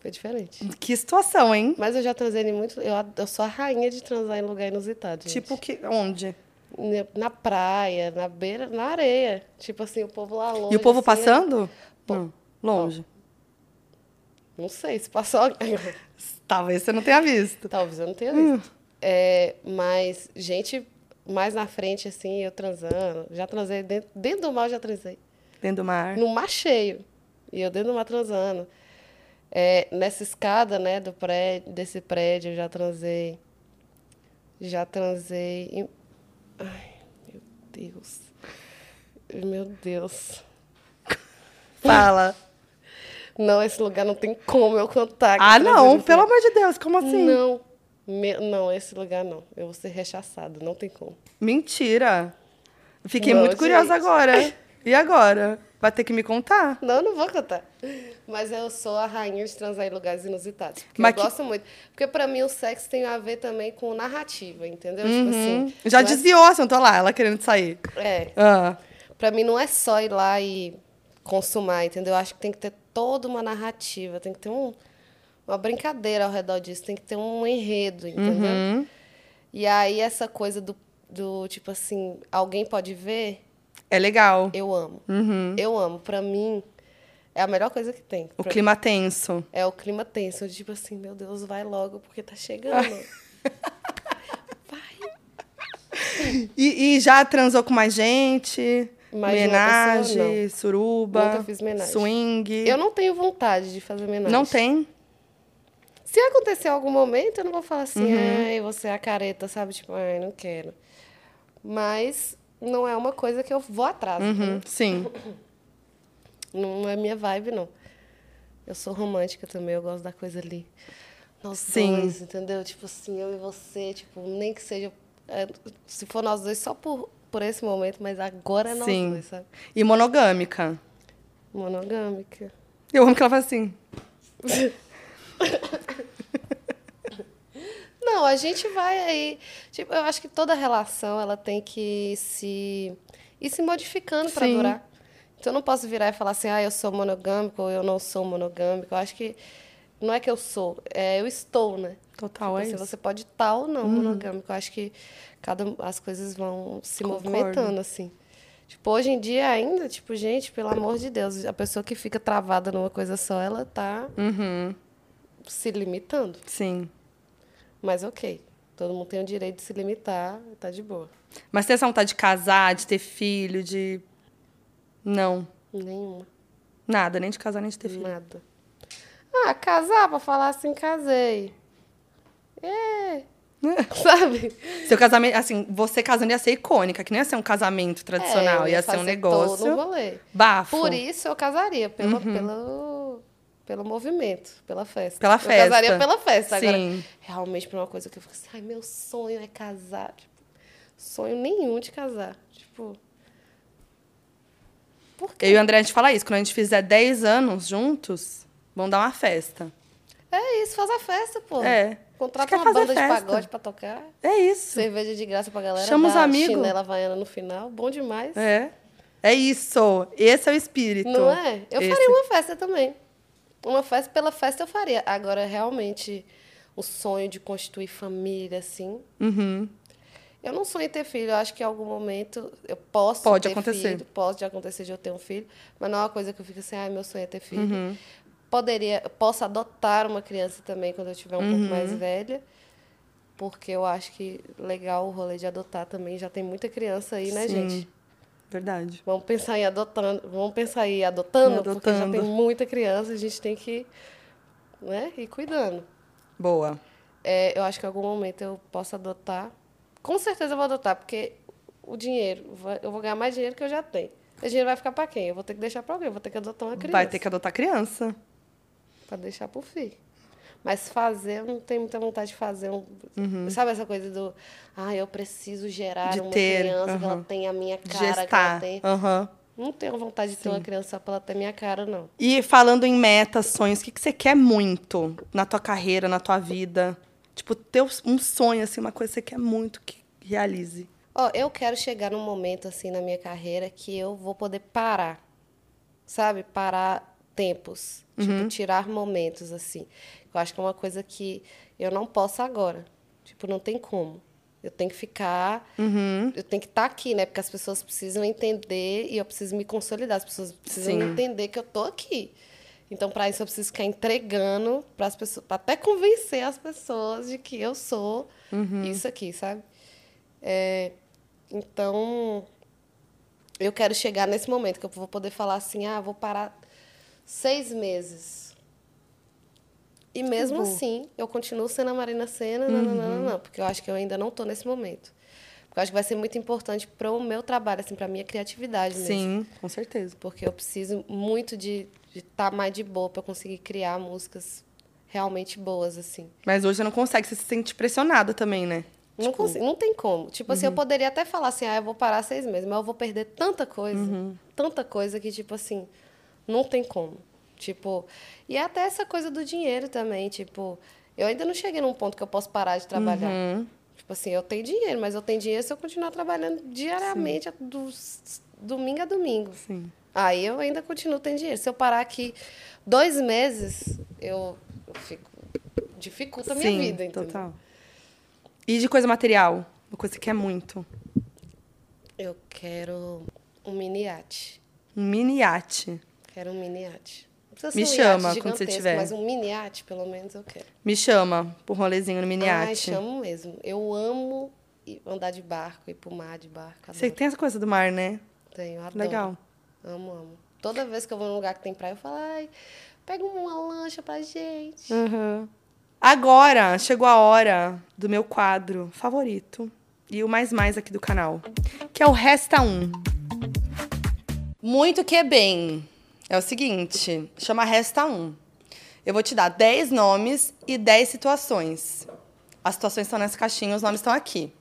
foi diferente. Que situação, hein? Mas eu já transei em muito. Eu, ad- eu sou a rainha de transar em lugar inusitado. gente. Tipo que onde? Ne- na praia, na beira, na areia. Tipo assim, o povo lá longe. e o povo assim, passando? Pô. Não, longe. eu- Não sei, se passou. alguém- [laughs] Talvez você não tenha visto. Talvez eu não tenha Hum. visto. É, mas gente mais na frente, assim, eu transando. Já transei dentro, dentro do mal, já transei. Dentro do mar. no mar cheio. E eu dentro do mar transando. É, nessa escada, né, do prédio, desse prédio, eu já transei. Já transei. em- Ai, meu Deus. Meu Deus. Fala. Não, esse lugar não tem como eu contar. que ah, eu transei não, nesse pelo lugar. amor de Deus, como assim? Não. Me- Não, esse lugar não. Eu vou ser rechaçada, não tem como. Mentira. Fiquei Não, muito curiosa gente. agora. E agora? Vai ter que me contar? Não, não vou contar. Mas eu sou a rainha de transar em lugares inusitados. Porque Mas eu que- gosto muito. Porque pra mim o sexo tem a ver também com narrativa, entendeu? Tipo Hum, assim. já não desviou, assim, eu tô lá, ela querendo sair. É, é, Ah, pra mim não é só ir lá e consumar, entendeu? Eu acho que tem que ter toda uma narrativa, tem que ter um, uma brincadeira ao redor disso, tem que ter um enredo, entendeu? Uhum. E aí essa coisa do, do tipo assim, alguém pode ver, é legal. Uhum. eu amo. Eu amo. Pra mim, é a melhor coisa que tem. O Pra- clima tenso. É o clima tenso, de tipo assim, meu Deus, vai logo porque tá chegando. Ah, E, e já transou com mais gente? Mais de uma menage, pessoa, suruba. Nunca fiz menage. Swing. Eu não tenho vontade de fazer menagem. Não tem? Se acontecer algum momento, eu não vou falar assim, Uhum. ai, você é a careta, sabe? Tipo, ai, não quero. Mas não é uma coisa que eu vou atrás. né? Uhum, Sim. Não é minha vibe, não. Eu sou romântica também, eu gosto da coisa ali. Nós Sim. dois, entendeu? Tipo assim, eu e você, tipo, nem que seja. é, se for nós dois, só por, por esse momento, mas agora é nós Sim. dois, sabe? E monogâmica. Monogâmica. Eu amo que ela faz assim. Não, a gente vai aí. Tipo, eu acho que toda relação ela tem que se ir se modificando para Sim. durar. Então eu não posso virar e falar assim, ah, eu sou monogâmico ou eu não sou monogâmico. Eu acho que não é que eu sou, é eu estou, né? Total, Tipo é assim, isso. Uhum. você pode estar ou não monogâmico. Eu acho que cada um, as coisas vão se Concordo. movimentando assim. Tipo, hoje em dia ainda, tipo, gente, pelo amor de Deus, a pessoa que fica travada numa coisa só, ela tá Uhum. se limitando. Sim. Mas ok, todo mundo tem o direito de se limitar, tá de boa. Mas tem essa vontade de casar, de ter filho, de. Não. Nenhuma, Nada, nem de casar, nem de ter filho. nada. Ah, casar pra falar assim, casei. [laughs] É, sabe? Seu casamento, assim, você casando ia ser icônica, que não ia ser um casamento tradicional, É, eu ia, ser um fazer negócio Uhum. Todo um rolê. bafo. Por isso eu casaria, pelo, pelo, pelo movimento, pela festa. Pela Eu festa. casaria pela festa. Agora, Sim. realmente, pra uma coisa que eu fico assim, ai, meu sonho é casar. Tipo, sonho nenhum de casar. Tipo, por quê? Eu e o André, a gente fala isso, quando a gente fizer 10 anos juntos, vão dar uma festa. É isso, faz a festa, pô. É. Contrata Quer uma fazer banda de festa. pagode pra tocar. É isso. Cerveja de graça pra galera. Chama os dá amigos. Chinela havaiana no final. Bom demais. É. É isso. Esse é o espírito. Não é? Eu Esse. faria uma festa também. Uma festa pela festa eu faria. Agora, realmente, o sonho de constituir família, assim. Uhum. Eu não sonho em ter filho. Eu acho que em algum momento eu posso Pode ter acontecer. filho. Pode acontecer de eu ter um filho. Mas não é uma coisa que eu fico assim, ai, meu sonho é ter filho. Uhum. Poderia, eu posso adotar uma criança também quando eu tiver um pouco mais Uhum. velha. Porque eu acho que legal o rolê de adotar também. Já tem muita criança aí, né, Sim. gente? Verdade. Vamos pensar em adotando, vamos pensar em adotando, porque já Adotando. tem muita criança, a gente tem que, né, ir cuidando. Boa. É, eu acho que em algum momento eu posso adotar. Com certeza eu vou adotar, porque o dinheiro, vai- eu vou ganhar mais dinheiro que eu já tenho. Esse dinheiro vai ficar para quem? Eu vou ter que deixar para alguém, eu vou ter que adotar uma criança. Vai ter que adotar criança. Pra deixar pro filho. Mas fazer, eu não tenho muita vontade de fazer um. Sabe essa coisa do. Ah, eu preciso gerar Uhum. De uma ter, criança que ela aham. tenha a minha cara, que ela Gestar. tenha. Aham. Não tenho vontade de ter uma criança só pra ela ter minha cara, não. E falando em metas, sonhos, o que, que você quer muito na tua carreira, na tua vida? Tipo, ter um sonho, assim, uma coisa que você quer muito que realize. Ó, eu quero chegar num momento assim na minha carreira que eu vou poder parar, sabe? Parar tempos, tipo, tirar momentos assim. Eu acho que é uma coisa que eu não posso agora. Tipo, não tem como. Eu tenho que ficar, eu tenho que estar aqui, né? Porque as pessoas precisam entender e eu preciso me consolidar. As pessoas precisam Sim. entender que eu tô aqui. Então, para isso, eu preciso ficar entregando para as pessoas, pra até convencer as pessoas de que eu sou isso aqui, sabe? É, então, eu quero chegar nesse momento que eu vou poder falar assim, ah, vou parar seis meses. E mesmo assim, eu continuo sendo a Marina Senna, não, não, não, não, não, porque eu acho que eu ainda não estou nesse momento. Porque eu acho que vai ser muito importante para o meu trabalho, assim, para minha criatividade mesmo. Sim, com certeza. Porque eu preciso muito de estar mais de boa para conseguir criar músicas realmente boas, assim. Mas hoje você não consegue, você se sente pressionada também, né? Não, consigo, não tem como. Tipo assim, eu poderia até falar assim, ah, eu vou parar seis meses, mas eu vou perder tanta coisa, tanta coisa que, tipo assim, não tem como. Tipo, e até essa coisa do dinheiro também, tipo, eu ainda não cheguei num ponto que eu posso parar de trabalhar. Uhum, Tipo assim, eu tenho dinheiro, mas eu tenho dinheiro se eu continuar trabalhando diariamente, do s- domingo a domingo. Sim. Aí eu ainda continuo tendo dinheiro. Se eu parar aqui dois meses, eu, eu fico. Dificulta a minha Sim, vida, entendeu? total. E de coisa material? Uma coisa que você quer muito. Eu quero um mini iate. Um mini iate. Quero um mini iate. Não precisa Me um chama iate quando você gigantesco, tiver. Mas um mini iate, pelo menos, eu quero. Me chama pro rolezinho no mini Ai, iate. chamo mesmo. Eu amo ir- andar de barco, ir pro mar de barco. Você adoro. tem essa coisa do mar, né? Tenho, adoro. Legal. Amo, amo. Toda vez que eu vou num lugar que tem praia, eu falo, ai, pega uma lancha pra gente. Uhum. Agora chegou a hora do meu quadro favorito e o mais mais aqui do canal, que é o Resta Um. Muito que bem. É o seguinte, chama Resta Um. Eu vou te dar 10 nomes e 10 situações. As situações estão nessa caixinha, os nomes estão aqui.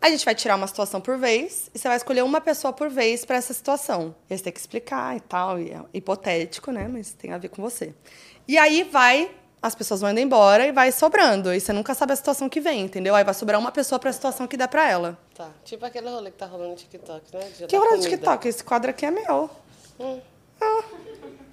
A gente vai tirar uma situação por vez e você vai escolher uma pessoa por vez para essa situação. E aí você tem que explicar e tal, e é hipotético, né? Mas tem a ver com você. E aí vai, as pessoas vão indo embora e vai sobrando. E você nunca sabe a situação que vem, entendeu? Aí vai sobrar uma pessoa para a situação que dá para ela. Tá. Tipo aquele rolê que tá rolando no TikTok, né? De Que dar hora de comida. Hum. TikTok? Esse quadro aqui é meu. Ah.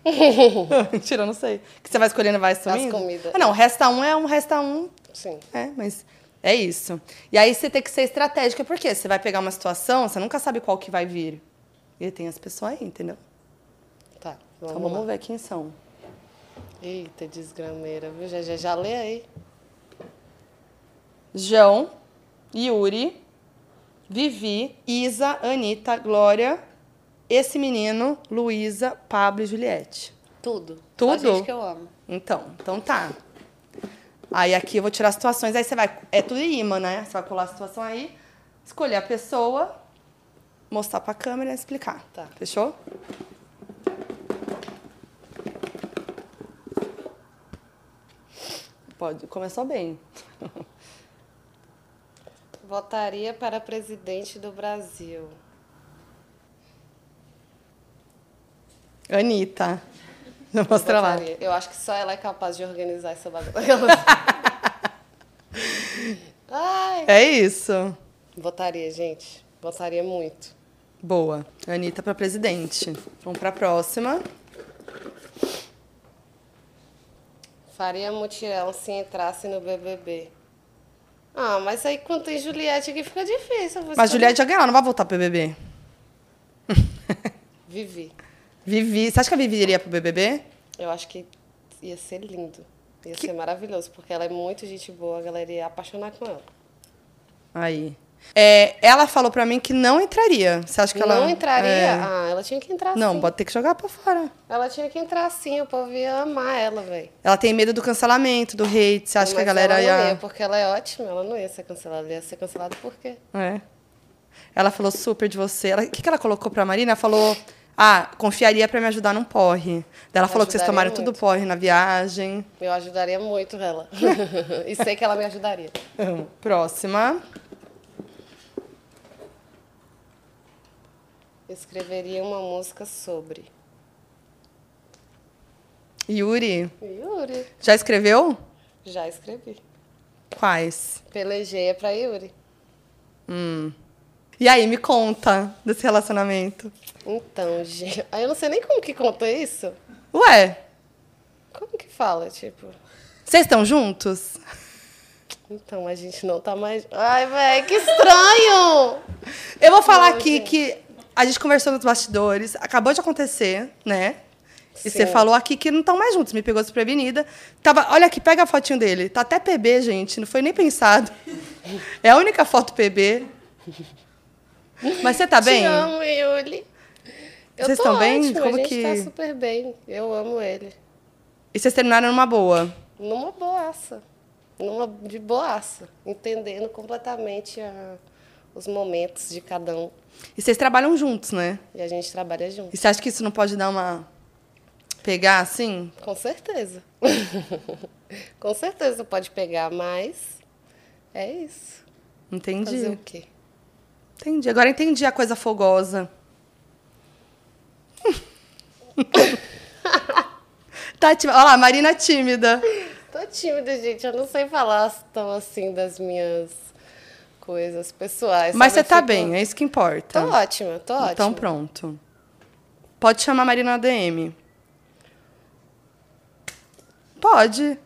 [laughs] Mentira, eu não sei. Que você vai escolhendo e vai sumindo? comidas. Ah, não, resta um é um, resta um. Sim. É, mas é isso. E aí você tem que ser estratégica, porque você vai pegar uma situação, você nunca sabe qual que vai vir. E tem as pessoas aí, entendeu? Tá. Vamos, Então lá. vamos ver quem são. Eita, desgrameira, viu? Já, já, já lê aí. João, Yuri, Vivi, Isa, Anitta, Glória, esse menino, Luísa, Pablo e Juliette. Tudo. Tudo? Só gente que eu amo. Então, então tá. Aí aqui eu vou tirar as situações, aí você vai. É tudo imã, né? Você vai colar a situação aí, escolher a pessoa, mostrar pra câmera e explicar. Tá. Fechou? Pode, começou bem. Votaria para presidente do Brasil. [laughs] Anitta. Mostra lá. Votaria. Eu acho que só ela é capaz de organizar essa bagunça. [laughs] Ai. É isso. Votaria, gente. Votaria muito. Boa. Anitta pra presidente. Vamos pra próxima. Faria mutirão se entrasse no BBB. Ah, mas aí quando tem Juliette aqui fica difícil. eu vou Mas escolher. Juliette já ganhou, não vai voltar pro BBB. Vivi. Vivi. Você acha que a Vivi iria pro BBB? Eu acho que ia ser lindo. Ia ser maravilhoso, porque ela é muito gente boa, a galera ia apaixonar com ela. Aí. É, ela falou pra mim que não entraria. Você acha que ela. Não entraria? É. Ah, ela tinha que entrar Não, sim. pode ter que jogar pra fora. Ela tinha que entrar sim, o povo ia amar ela, velho. Ela tem medo do cancelamento, do hate. Você acha que a galera ela não ia. Porque ela é ótima, ela não ia ser cancelada. Ela ia ser cancelada por quê? É. Ela falou super de você. Ela- O que, que ela colocou pra Marina? Ela falou. Ah, confiaria pra me ajudar num porre. Daí ela falou que vocês Ajudaria tomaram tudo muito. porre na viagem. [laughs] Eu ajudaria muito ela. [laughs] e sei que ela me ajudaria. Amo. Próxima. Escreveria uma música sobre. Yuri. Yuri. Já escreveu? Já escrevi. Quais? Pelegeia é pra Yuri. E aí, me conta desse relacionamento. Então, gente. Aí eu não sei nem como que conta isso. Ué, Como que fala? Tipo. vocês estão juntos? Então, a gente não tá mais. Ai, velho, que estranho! Eu vou falar aqui que a gente conversou nos bastidores, acabou de acontecer, né? E você Sim. falou aqui que não estão mais juntos, me pegou desprevenida. Tava, olha aqui, pega a fotinho dele. Tá até PB, gente, não foi nem pensado. É a única foto PB. Mas você tá bem? Te amo, Yuri. Eu Vocês tô estão bem? ótima, Como a gente que- tá super bem. Eu amo ele. E vocês terminaram numa boa. Numa boaça. Numa de boaça. Entendendo completamente a- os momentos de cada um. E vocês trabalham juntos, né? E a gente trabalha junto. E você acha que isso não pode dar uma. pegar assim? Com certeza. [laughs] Com certeza pode pegar, mas é isso. Entendi. Fazer o quê? Entendi. Agora entendi a coisa fogosa. tá tímida. Olha lá, Marina tímida. Tô tímida, gente. Eu não sei falar tão assim das minhas coisas pessoais. Mas você sabe? Eu tá fico- bem, é isso que Tô importa. ótima, tô ótima. Então pronto. Pode chamar a Marina na DM. Pode.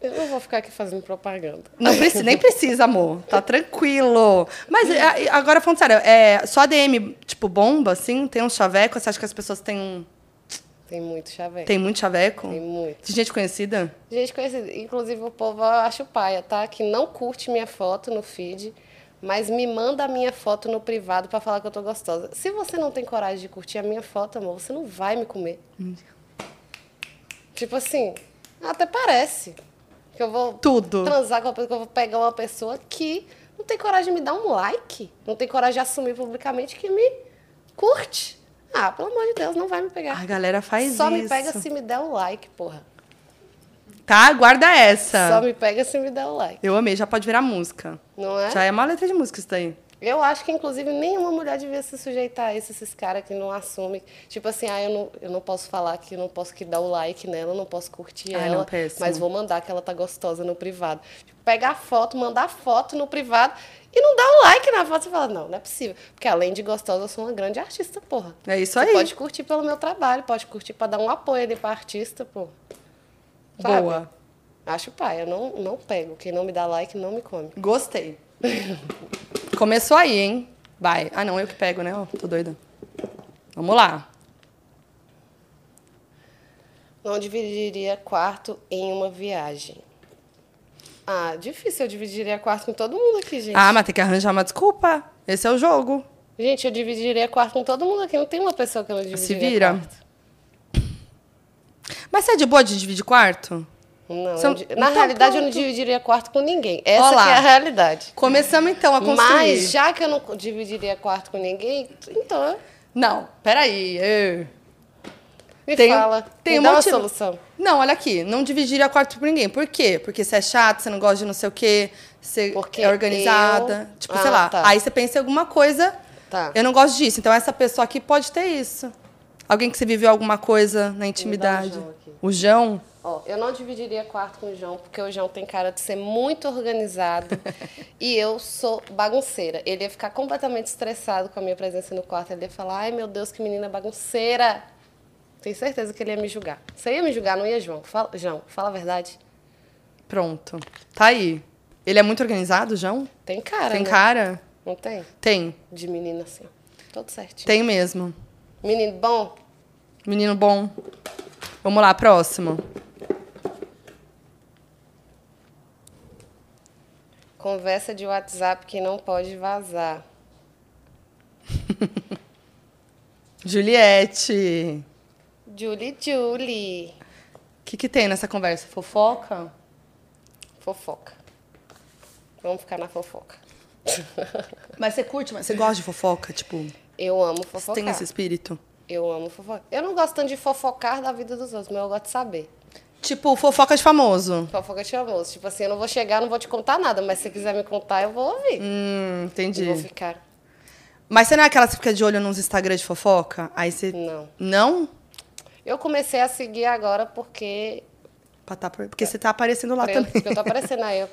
Eu não vou ficar aqui fazendo propaganda. Não precisa, nem precisa, amor. Tá tranquilo. Mas é, é, agora falando sério, é, só DM, tipo, bomba, assim? Tem um chaveco? Você acha que as pessoas têm um. Tem muito chaveco. Tem muito chaveco? Tem muito. Tem gente conhecida? Gente conhecida, inclusive o povo eu acho paia, tá? Que não curte minha foto no feed, mas me manda a minha foto no privado pra falar que eu tô gostosa. Se você não tem coragem de curtir a minha foto, amor, você não vai me comer. Tipo assim, até parece que eu vou Tudo. transar com uma pessoa, que eu vou pegar uma pessoa que não tem coragem de me dar um like, não tem coragem de assumir publicamente que me curte. Ah, pelo amor de Deus, não vai me pegar. A galera faz Só isso. me pega assim. se me der o like, porra. Tá? Guarda essa. Só me pega se me der o like. Eu amei, já pode virar música. Não é? Já é uma letra de música isso daí. Eu acho que, inclusive, nenhuma mulher devia se sujeitar a isso, esses caras que não assumem. Tipo assim, ah, eu não, eu não posso falar que não posso que dar o like nela, não posso curtir Ai, não, ela, péssimo. mas vou mandar que ela tá gostosa no privado. Tipo, pega a foto, mandar foto no privado e não dá o like na foto. Você fala, não, não é possível. Porque além de gostosa, eu sou uma grande artista, porra. É isso Você aí. pode curtir pelo meu trabalho, pode curtir pra dar um apoio ali pra artista, pô. Sabe? Boa. Acho pai, eu não, não pego. Quem não me dá like não me come. Gostei. [laughs] Começou aí, hein? Vai. Ah, não, eu que pego, né? Ó, tô doida. Vamos lá. Não dividiria quarto em uma viagem. Ah, difícil eu dividiria quarto com todo mundo aqui, gente. Ah, mas tem que arranjar uma desculpa. Esse é o jogo. Gente, eu dividiria quarto com todo mundo aqui. Não tem uma pessoa que eu não dividiria Se vira. quarto. Mas você é de boa de dividir quarto? Não, São- eu di- na então realidade eu não pronto. dividiria quarto com ninguém. Essa Olá. que é a realidade. Começamos então a construir. Mas já que eu não dividiria quarto com ninguém, então eu- Não, peraí. Eu... me Tem- fala, tem me um dá uma motivo. solução. Não, olha aqui, não dividiria quarto por ninguém. Por quê? Porque você é chato, você não gosta de não sei o quê, você Porque é organizada. eu- Tipo, Ah, sei lá. tá. Aí você pensa em alguma coisa. Tá. Eu não gosto disso. Então essa pessoa aqui pode ter isso. Alguém que você viveu alguma coisa na intimidade. João aqui. O João? Ó, eu não dividiria quarto com o João, porque o João tem cara de ser muito organizado e eu sou bagunceira. Ele ia ficar completamente estressado com a minha presença no quarto. Ele ia falar: ai meu Deus, que menina bagunceira. Tenho certeza que ele ia me julgar. Você ia me julgar, não ia, João? Fala, João, fala a verdade. Pronto. Tá aí. Ele é muito organizado, o João? Tem cara. Tem né? cara? Não tem? Tem. De menino assim. Todo certinho. Tem mesmo. Menino bom? Menino bom. Vamos lá, próximo. Conversa de WhatsApp que não pode vazar. Juliette. Julie, Julie. O que, que tem nessa conversa? Fofoca? Fofoca. Vamos ficar na fofoca. Mas você curte, mas você gosta de fofoca? Tipo, Eu amo você fofocar. tem esse espírito? Eu amo fofocar. Eu não gosto tanto de fofocar da vida dos outros, mas eu gosto de saber. Tipo, fofoca de famoso. Fofoca te amo. Tipo assim, eu não vou chegar, não vou te contar nada, mas se você quiser me contar, eu vou ouvir. Hum, entendi. Eu vou ficar. Mas você não é aquela que fica de olho nos Instagram de fofoca? Aí você. Não. Não? Eu comecei a seguir agora porque. Pra tá por- Porque você tá aparecendo lá pra eu, também. porque eu tô aparecendo aí. Eu,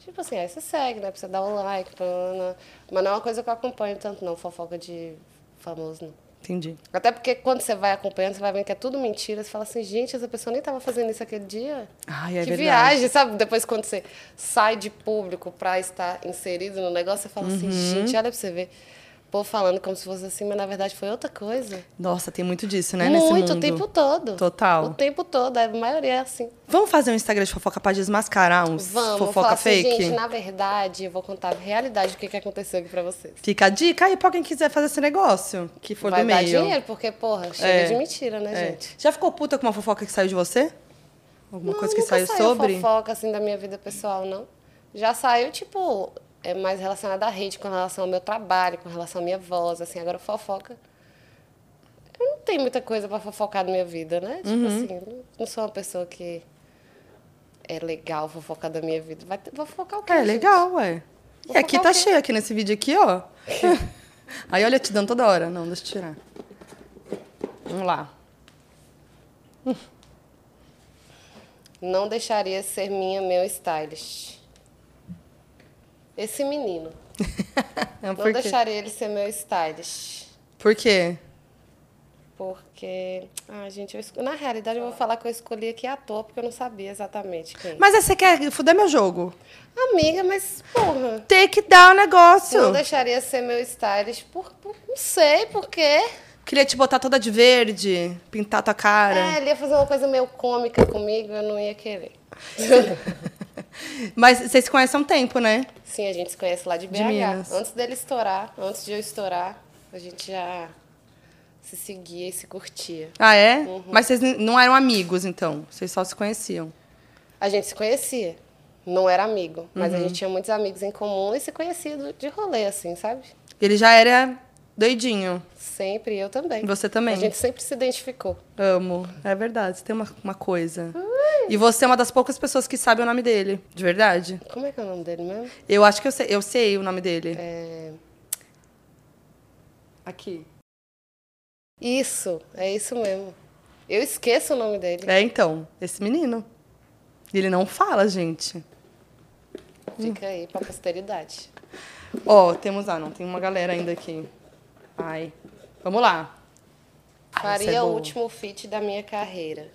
tipo assim, aí você segue, né? Precisa dar o like. pá, pá, pá. Mas não é uma coisa que eu acompanho tanto, não. Fofoca de famoso, não. [laughs] Entendi. Até porque quando você vai acompanhando, você vai vendo que é tudo mentira. Você fala assim, gente, essa pessoa nem estava fazendo isso aquele dia. Ai, é que verdade. viagem, sabe? Depois quando você sai de público pra estar inserido no negócio, você fala Uhum. assim, gente, olha pra você ver. O povo falando como se fosse assim, mas na verdade foi outra coisa. Nossa, tem muito disso, né? nesse Muito, mundo. o tempo todo. Total. O tempo todo, a maioria é assim. Vamos fazer um Instagram de fofoca pra desmascarar uns Vamos, fofoca falar fake? assim, gente, na verdade, eu vou contar a realidade do que, que aconteceu aqui pra vocês. Fica a dica aí pra quem quiser fazer esse negócio, que for Vai do dar meio. dinheiro, porque, porra, chega É. de mentira, né, É. gente? Já ficou puta com uma fofoca que saiu de você? Alguma Não, coisa que saiu nunca sobre? fofoca assim da minha vida pessoal, não. Já saiu tipo é mais relacionada à rede, com relação ao meu trabalho, com relação à minha voz, assim, agora fofoca. Eu não tenho muita coisa pra fofocar da minha vida, né? Tipo Uhum. assim, não- não sou uma pessoa que é legal fofocar da minha vida. Vai ter- vou fofocar o quê? É gente? legal, ué. E Vou aqui focar tá o quê? cheio, aqui nesse vídeo aqui, ó. [laughs] Aí olha, te dando toda hora. Não, deixa eu tirar. Vamos lá. Não deixaria ser minha, meu stylist. Esse menino. É, Não por, quê? deixaria ele ser meu stylist. por quê? Porque, ah, gente, eu esco- na realidade eu vou falar que eu escolhi aqui à toa, porque eu não sabia exatamente quem. Mas aí você quer fuder meu jogo. Amiga, mas porra, Tem que dar o negócio. não deixaria ser meu stylist por, por- não sei por quê. Queria te botar toda de verde, pintar tua cara. É, ele ia fazer uma coisa meio cômica comigo, eu não ia querer. [laughs] Mas vocês se conhecem há um tempo, né? Sim, a gente se conhece lá de BH. Minas. Antes dele estourar, antes de eu estourar, a gente já se seguia e se curtia. Ah, é? Uhum. Mas vocês n- não eram amigos, então. Vocês só se conheciam. A gente se conhecia, não era Uhum. amigo, mas a gente tinha muitos amigos em comum e se conhecia do- de rolê, assim, sabe? Ele já era Doidinho. Sempre, eu também. Você também. A gente sempre se identificou. Amo. É verdade, você tem uma, uma coisa. E você é uma das poucas pessoas que sabe o nome dele. De verdade. Como é que é o nome dele mesmo? Eu acho que eu sei, eu sei o nome dele. É... Aqui. Isso, é isso mesmo. Eu esqueço o nome dele. É, então, esse menino. Ele não fala, gente. É. Fica aí pra posteridade. Ó, temos. Ah, não, tem uma galera ainda aqui. Ai. Vamos lá. Faria é o boa. último feat da minha carreira.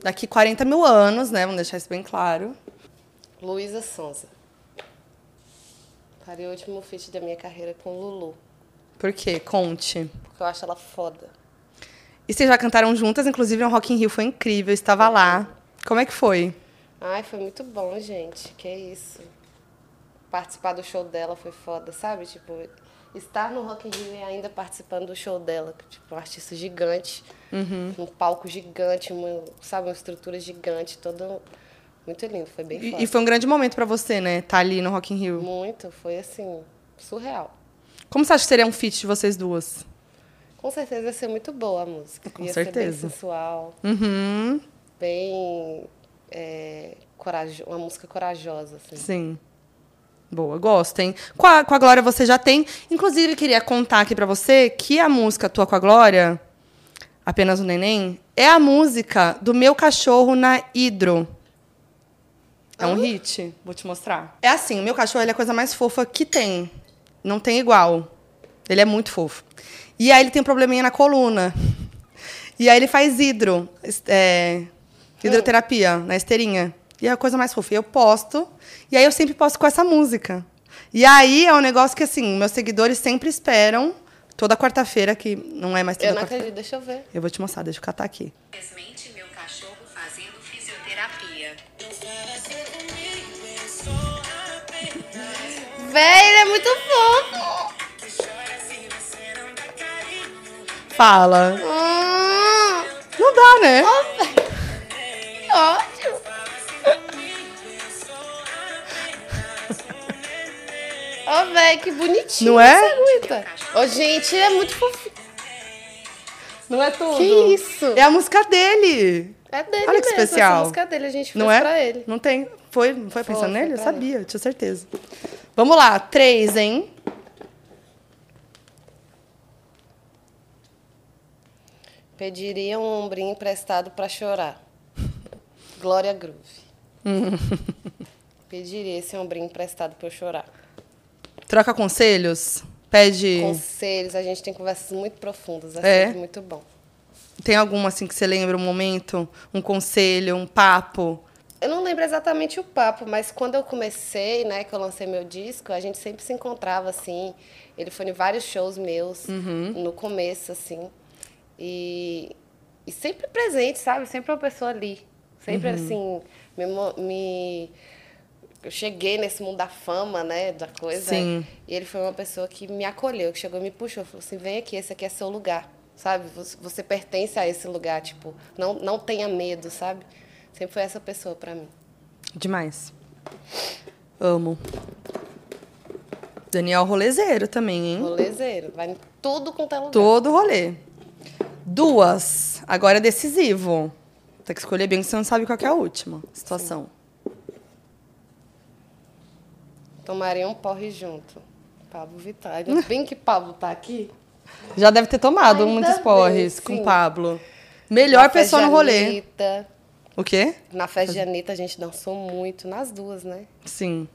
Daqui 40 mil anos, né? Vamos deixar isso bem claro. Luísa Sonza. Faria o último feat da minha carreira com Lulu. Por quê? Conte. Porque eu acho ela foda. E vocês já cantaram juntas, inclusive no Rock in Rio foi incrível, eu estava lá. Como é que foi? Ai, foi muito bom, gente. Que isso. Participar do show dela foi foda, sabe? Tipo, estar no Rock in Rio e ainda participando do show dela. que, Tipo, um artista gigante, Uhum. um palco gigante, uma, sabe? Uma estrutura gigante, toda... Muito lindo, foi bem foda. E, e foi um grande momento pra você, né? Tá ali no Rock in Rio. Muito, foi assim, surreal. Como você acha que seria um feat de vocês duas? Com certeza ia ser muito boa a música. Com ia ser certeza. bem sensual, Uhum. bem... é, corajo- uma música corajosa, assim. Sim. Boa, gosto, hein? Com a, com a Glória você já tem. Inclusive, queria contar aqui pra você que a música Tua com a Glória, Apenas o Neném, é a música do meu cachorro na Hidro. É um hit, vou te mostrar. É assim, o meu cachorro ele é a coisa mais fofa que tem. Não tem igual. Ele é muito fofo. E aí ele tem um probleminha na coluna. E aí ele faz hidro, es- é, hidroterapia na esteirinha. E é a coisa mais fofa. E eu posto, e aí eu sempre posto com essa música. E aí é um negócio que, assim, meus seguidores sempre esperam, toda quarta-feira, que não é mais toda Eu não quarta-feira. acredito, deixa eu ver. Eu vou te mostrar, deixa eu catar aqui. Simplesmente meu cachorro fazendo fisioterapia. Véi, ele é muito fofo! Fala. Ah, Não dá, né? que ótimo! Ó, véi, que bonitinho. Não é? essa aguenta. Ô, gente, ele é muito fofinho. Não é tudo. Que isso? É a música dele. É dele Olha que mesmo, especial. essa música dele, a gente fez Não é? pra ele. Não tem. Foi, não foi pensando foi nele? Eu pra sabia, eu tinha certeza. Vamos lá, três, hein? Pediria um ombrinho emprestado pra chorar. Glória Groove. Hum. Pediria esse ombrinho emprestado pra eu chorar. Troca conselhos. Pede. Conselhos, a gente tem conversas muito profundas, é, É? sempre muito bom. Tem algum assim que você lembra um momento? Um conselho, um papo? Eu não lembro exatamente o papo, mas quando eu comecei, né, que eu lancei meu disco, a gente sempre se encontrava assim. Ele foi em vários shows meus no começo, assim. E, e sempre presente, sabe? Sempre uma pessoa ali. Uhum. Sempre assim, me, mo- me- Eu cheguei nesse mundo da fama, né? Da coisa. Sim. E ele foi uma pessoa que me acolheu, que chegou e me puxou, falou assim: vem aqui, esse aqui é seu lugar, sabe? Você- Você pertence a esse lugar, tipo, não, não tenha medo, sabe? Sempre foi essa pessoa pra mim. Demais. Amo. Daniel rolezeiro também, hein? Rolezeiro, vai em tudo quanto é lugar. Todo rolê. Duas. Agora é decisivo. Tem que escolher bem, que você não sabe qual que é a última situação. Tomaria um porre junto. Pablo Vittar. Ainda bem que Pablo tá aqui. Já deve ter tomado Ainda muitos bem, porres com sim. Pablo. Melhor Na pessoa no festa de rolê. Anitta. O quê? Na festa de Anitta a gente dançou muito, nas duas, né? Sim.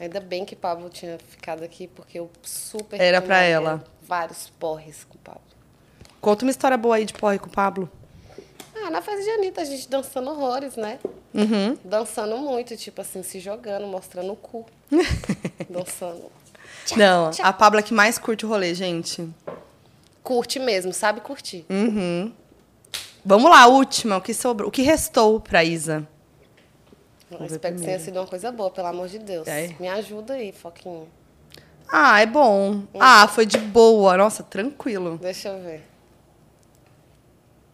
Ainda bem que Pablo tinha ficado aqui, porque eu super. Era pra tomaria ela. Vários porres com o Pablo. Conta uma história boa aí de porre com o Pablo. Ah, na festa de Anitta, a gente dançando horrores, né? Uhum. Dançando muito, tipo assim, se jogando, mostrando [laughs] o cu. dançando. Não, a Pabla que mais curte o rolê, gente. Curte mesmo, sabe curtir. Uhum. Vamos lá, última. O que sobrou? O que restou pra Isa? Eu ver espero que tenha primeiro. sido uma coisa boa, pelo amor de Deus. É. Me ajuda aí, Foquinha. Ah, é bom. Hum. Ah, foi de boa. Nossa, tranquilo. Deixa eu ver.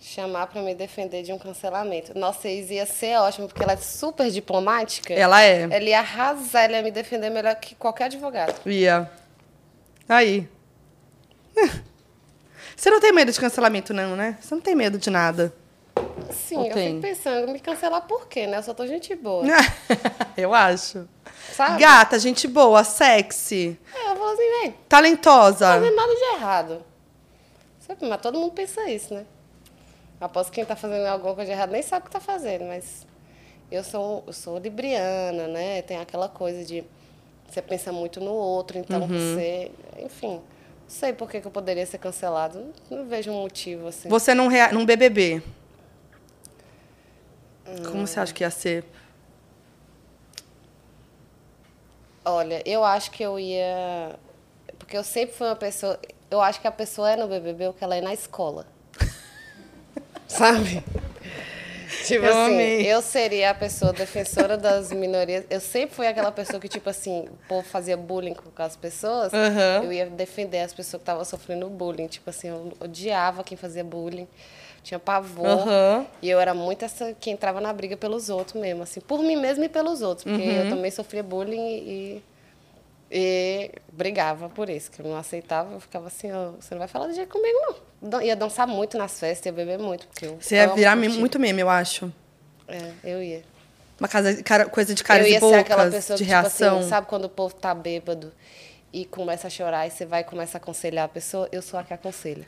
Chamar pra me defender de um cancelamento. Nossa, isso ia ser ótimo, porque ela é super diplomática. Ela é. Ela ia arrasar, ela ia me defender melhor que qualquer advogado. Ia. Aí. [laughs] Você não tem medo de cancelamento, não, né? Você não tem medo de [laughs] nada. Sim, Ou eu tem? fico pensando, me cancelar por quê, né? Eu só tô gente boa. Eu acho. Sabe? Ah. Gata, gente boa, sexy, É, eu falo assim, velho, talentosa. fazendo nada de errado. Sabe, Mas todo mundo pensa isso, né? Após quem tá fazendo alguma coisa de errado nem sabe o que tá fazendo, mas eu sou, eu sou libriana, né? Tem aquela coisa de você pensa muito no outro, então você. Enfim, não sei por que, que eu poderia ser cancelado. Não, não vejo um motivo assim. Você num, rea... num BBB. Hum. Como você acha que ia ser? Olha, eu acho que eu ia. Porque eu sempre fui uma pessoa. Eu acho que a pessoa é no BBB o que ela é [laughs] na escola. Sabe? Tipo Eu assim, amei. eu seria a pessoa defensora das minorias. Eu sempre fui aquela pessoa que, tipo assim, o povo fazia bullying com as pessoas. Aham. Eu ia defender as pessoas que estavam sofrendo bullying. Tipo assim, eu odiava quem fazia bullying. Tinha pavor. Aham. E eu era muito essa que entrava na briga pelos outros mesmo, assim, por mim mesma e pelos outros, porque Uhum. eu também sofria bullying e, e brigava por isso, que eu não aceitava, eu ficava assim, ó, você não vai falar de jeito comigo, não. Dan- Ia dançar muito nas festas, ia beber muito, porque eu Você ia amo virar meme- curtir. muito meme, eu acho. É, eu ia. Uma casa- cara- coisa de caras eu ia e bocas, ser aquela pessoa de que, reação. tipo assim, sabe quando o povo tá bêbado e começa a chorar e você vai e começa a aconselhar a pessoa? Eu sou a que aconselha.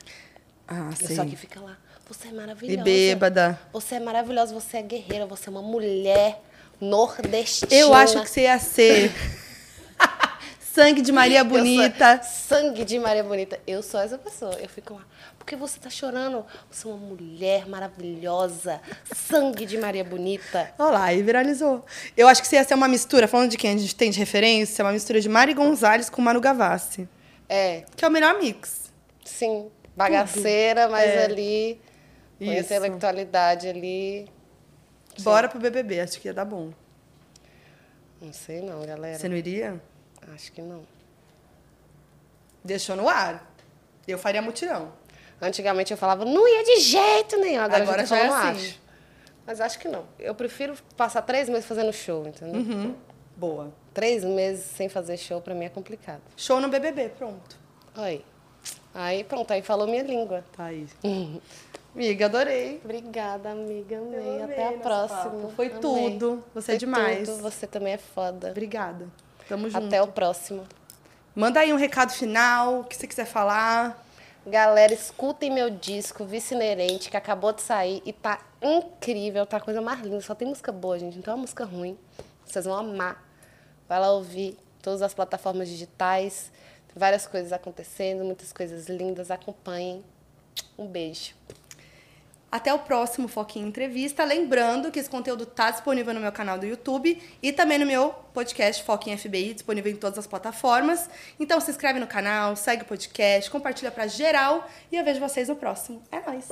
ah, Eu sim. só que fica lá. Você é maravilhosa. E bêbada. Você é maravilhosa, você é guerreira, você é uma mulher nordestina. Eu acho que você ia [laughs] ser. Sangue de Maria Eu sou é Bonita. Sangue de Maria Bonita. Eu sou essa pessoa. Eu fico lá. Por que você tá chorando? Você é uma mulher maravilhosa. Sangue de Maria Bonita. Olha lá, e viralizou. Eu acho que você ia ser uma mistura, falando de quem a gente tem de referência, uma mistura de Mari Gonzalez com Manu Gavassi. É, Que é o melhor mix. sim. Bagaceira, mas ali. Com É. Isso. intelectualidade ali. Bora pro BBB, acho que ia dar bom. Não sei não, galera. Você não iria? Acho que não. Deixou no ar. Eu faria mutirão. Antigamente eu falava, não ia de jeito nenhum. Agora, Agora eu já já tô é falando, não assim. acho. Mas acho que não. Eu prefiro passar três meses fazendo show, entendeu? Uhum. Boa. Três meses sem fazer show pra mim é complicado. Show no BBB, pronto. Aí. Aí pronto, aí falou minha língua. Tá aí. Amiga, adorei. Obrigada, amiga. Amei. Eu amei Até a nosso próxima. papo. Foi Amei. tudo. Você é Foi demais. tudo. Você também é foda. Obrigada. Tamo junto. Até o próximo. Manda aí um recado final, o que você quiser falar. Galera, escutem meu disco Vice Inerente, que acabou de sair e tá incrível, tá a coisa mais linda. Só tem música boa, gente, não tem uma música ruim. Vocês vão amar. Vai lá ouvir todas as plataformas digitais, tem várias coisas acontecendo, muitas coisas lindas. Acompanhem. Um beijo. Até o próximo Foquinha Entrevista. Lembrando que esse conteúdo está disponível no meu canal do YouTube e também no meu podcast Foquinha FBI, disponível em todas as plataformas. Então se inscreve no canal, segue o podcast, compartilha pra geral e eu vejo vocês no próximo. É nóis!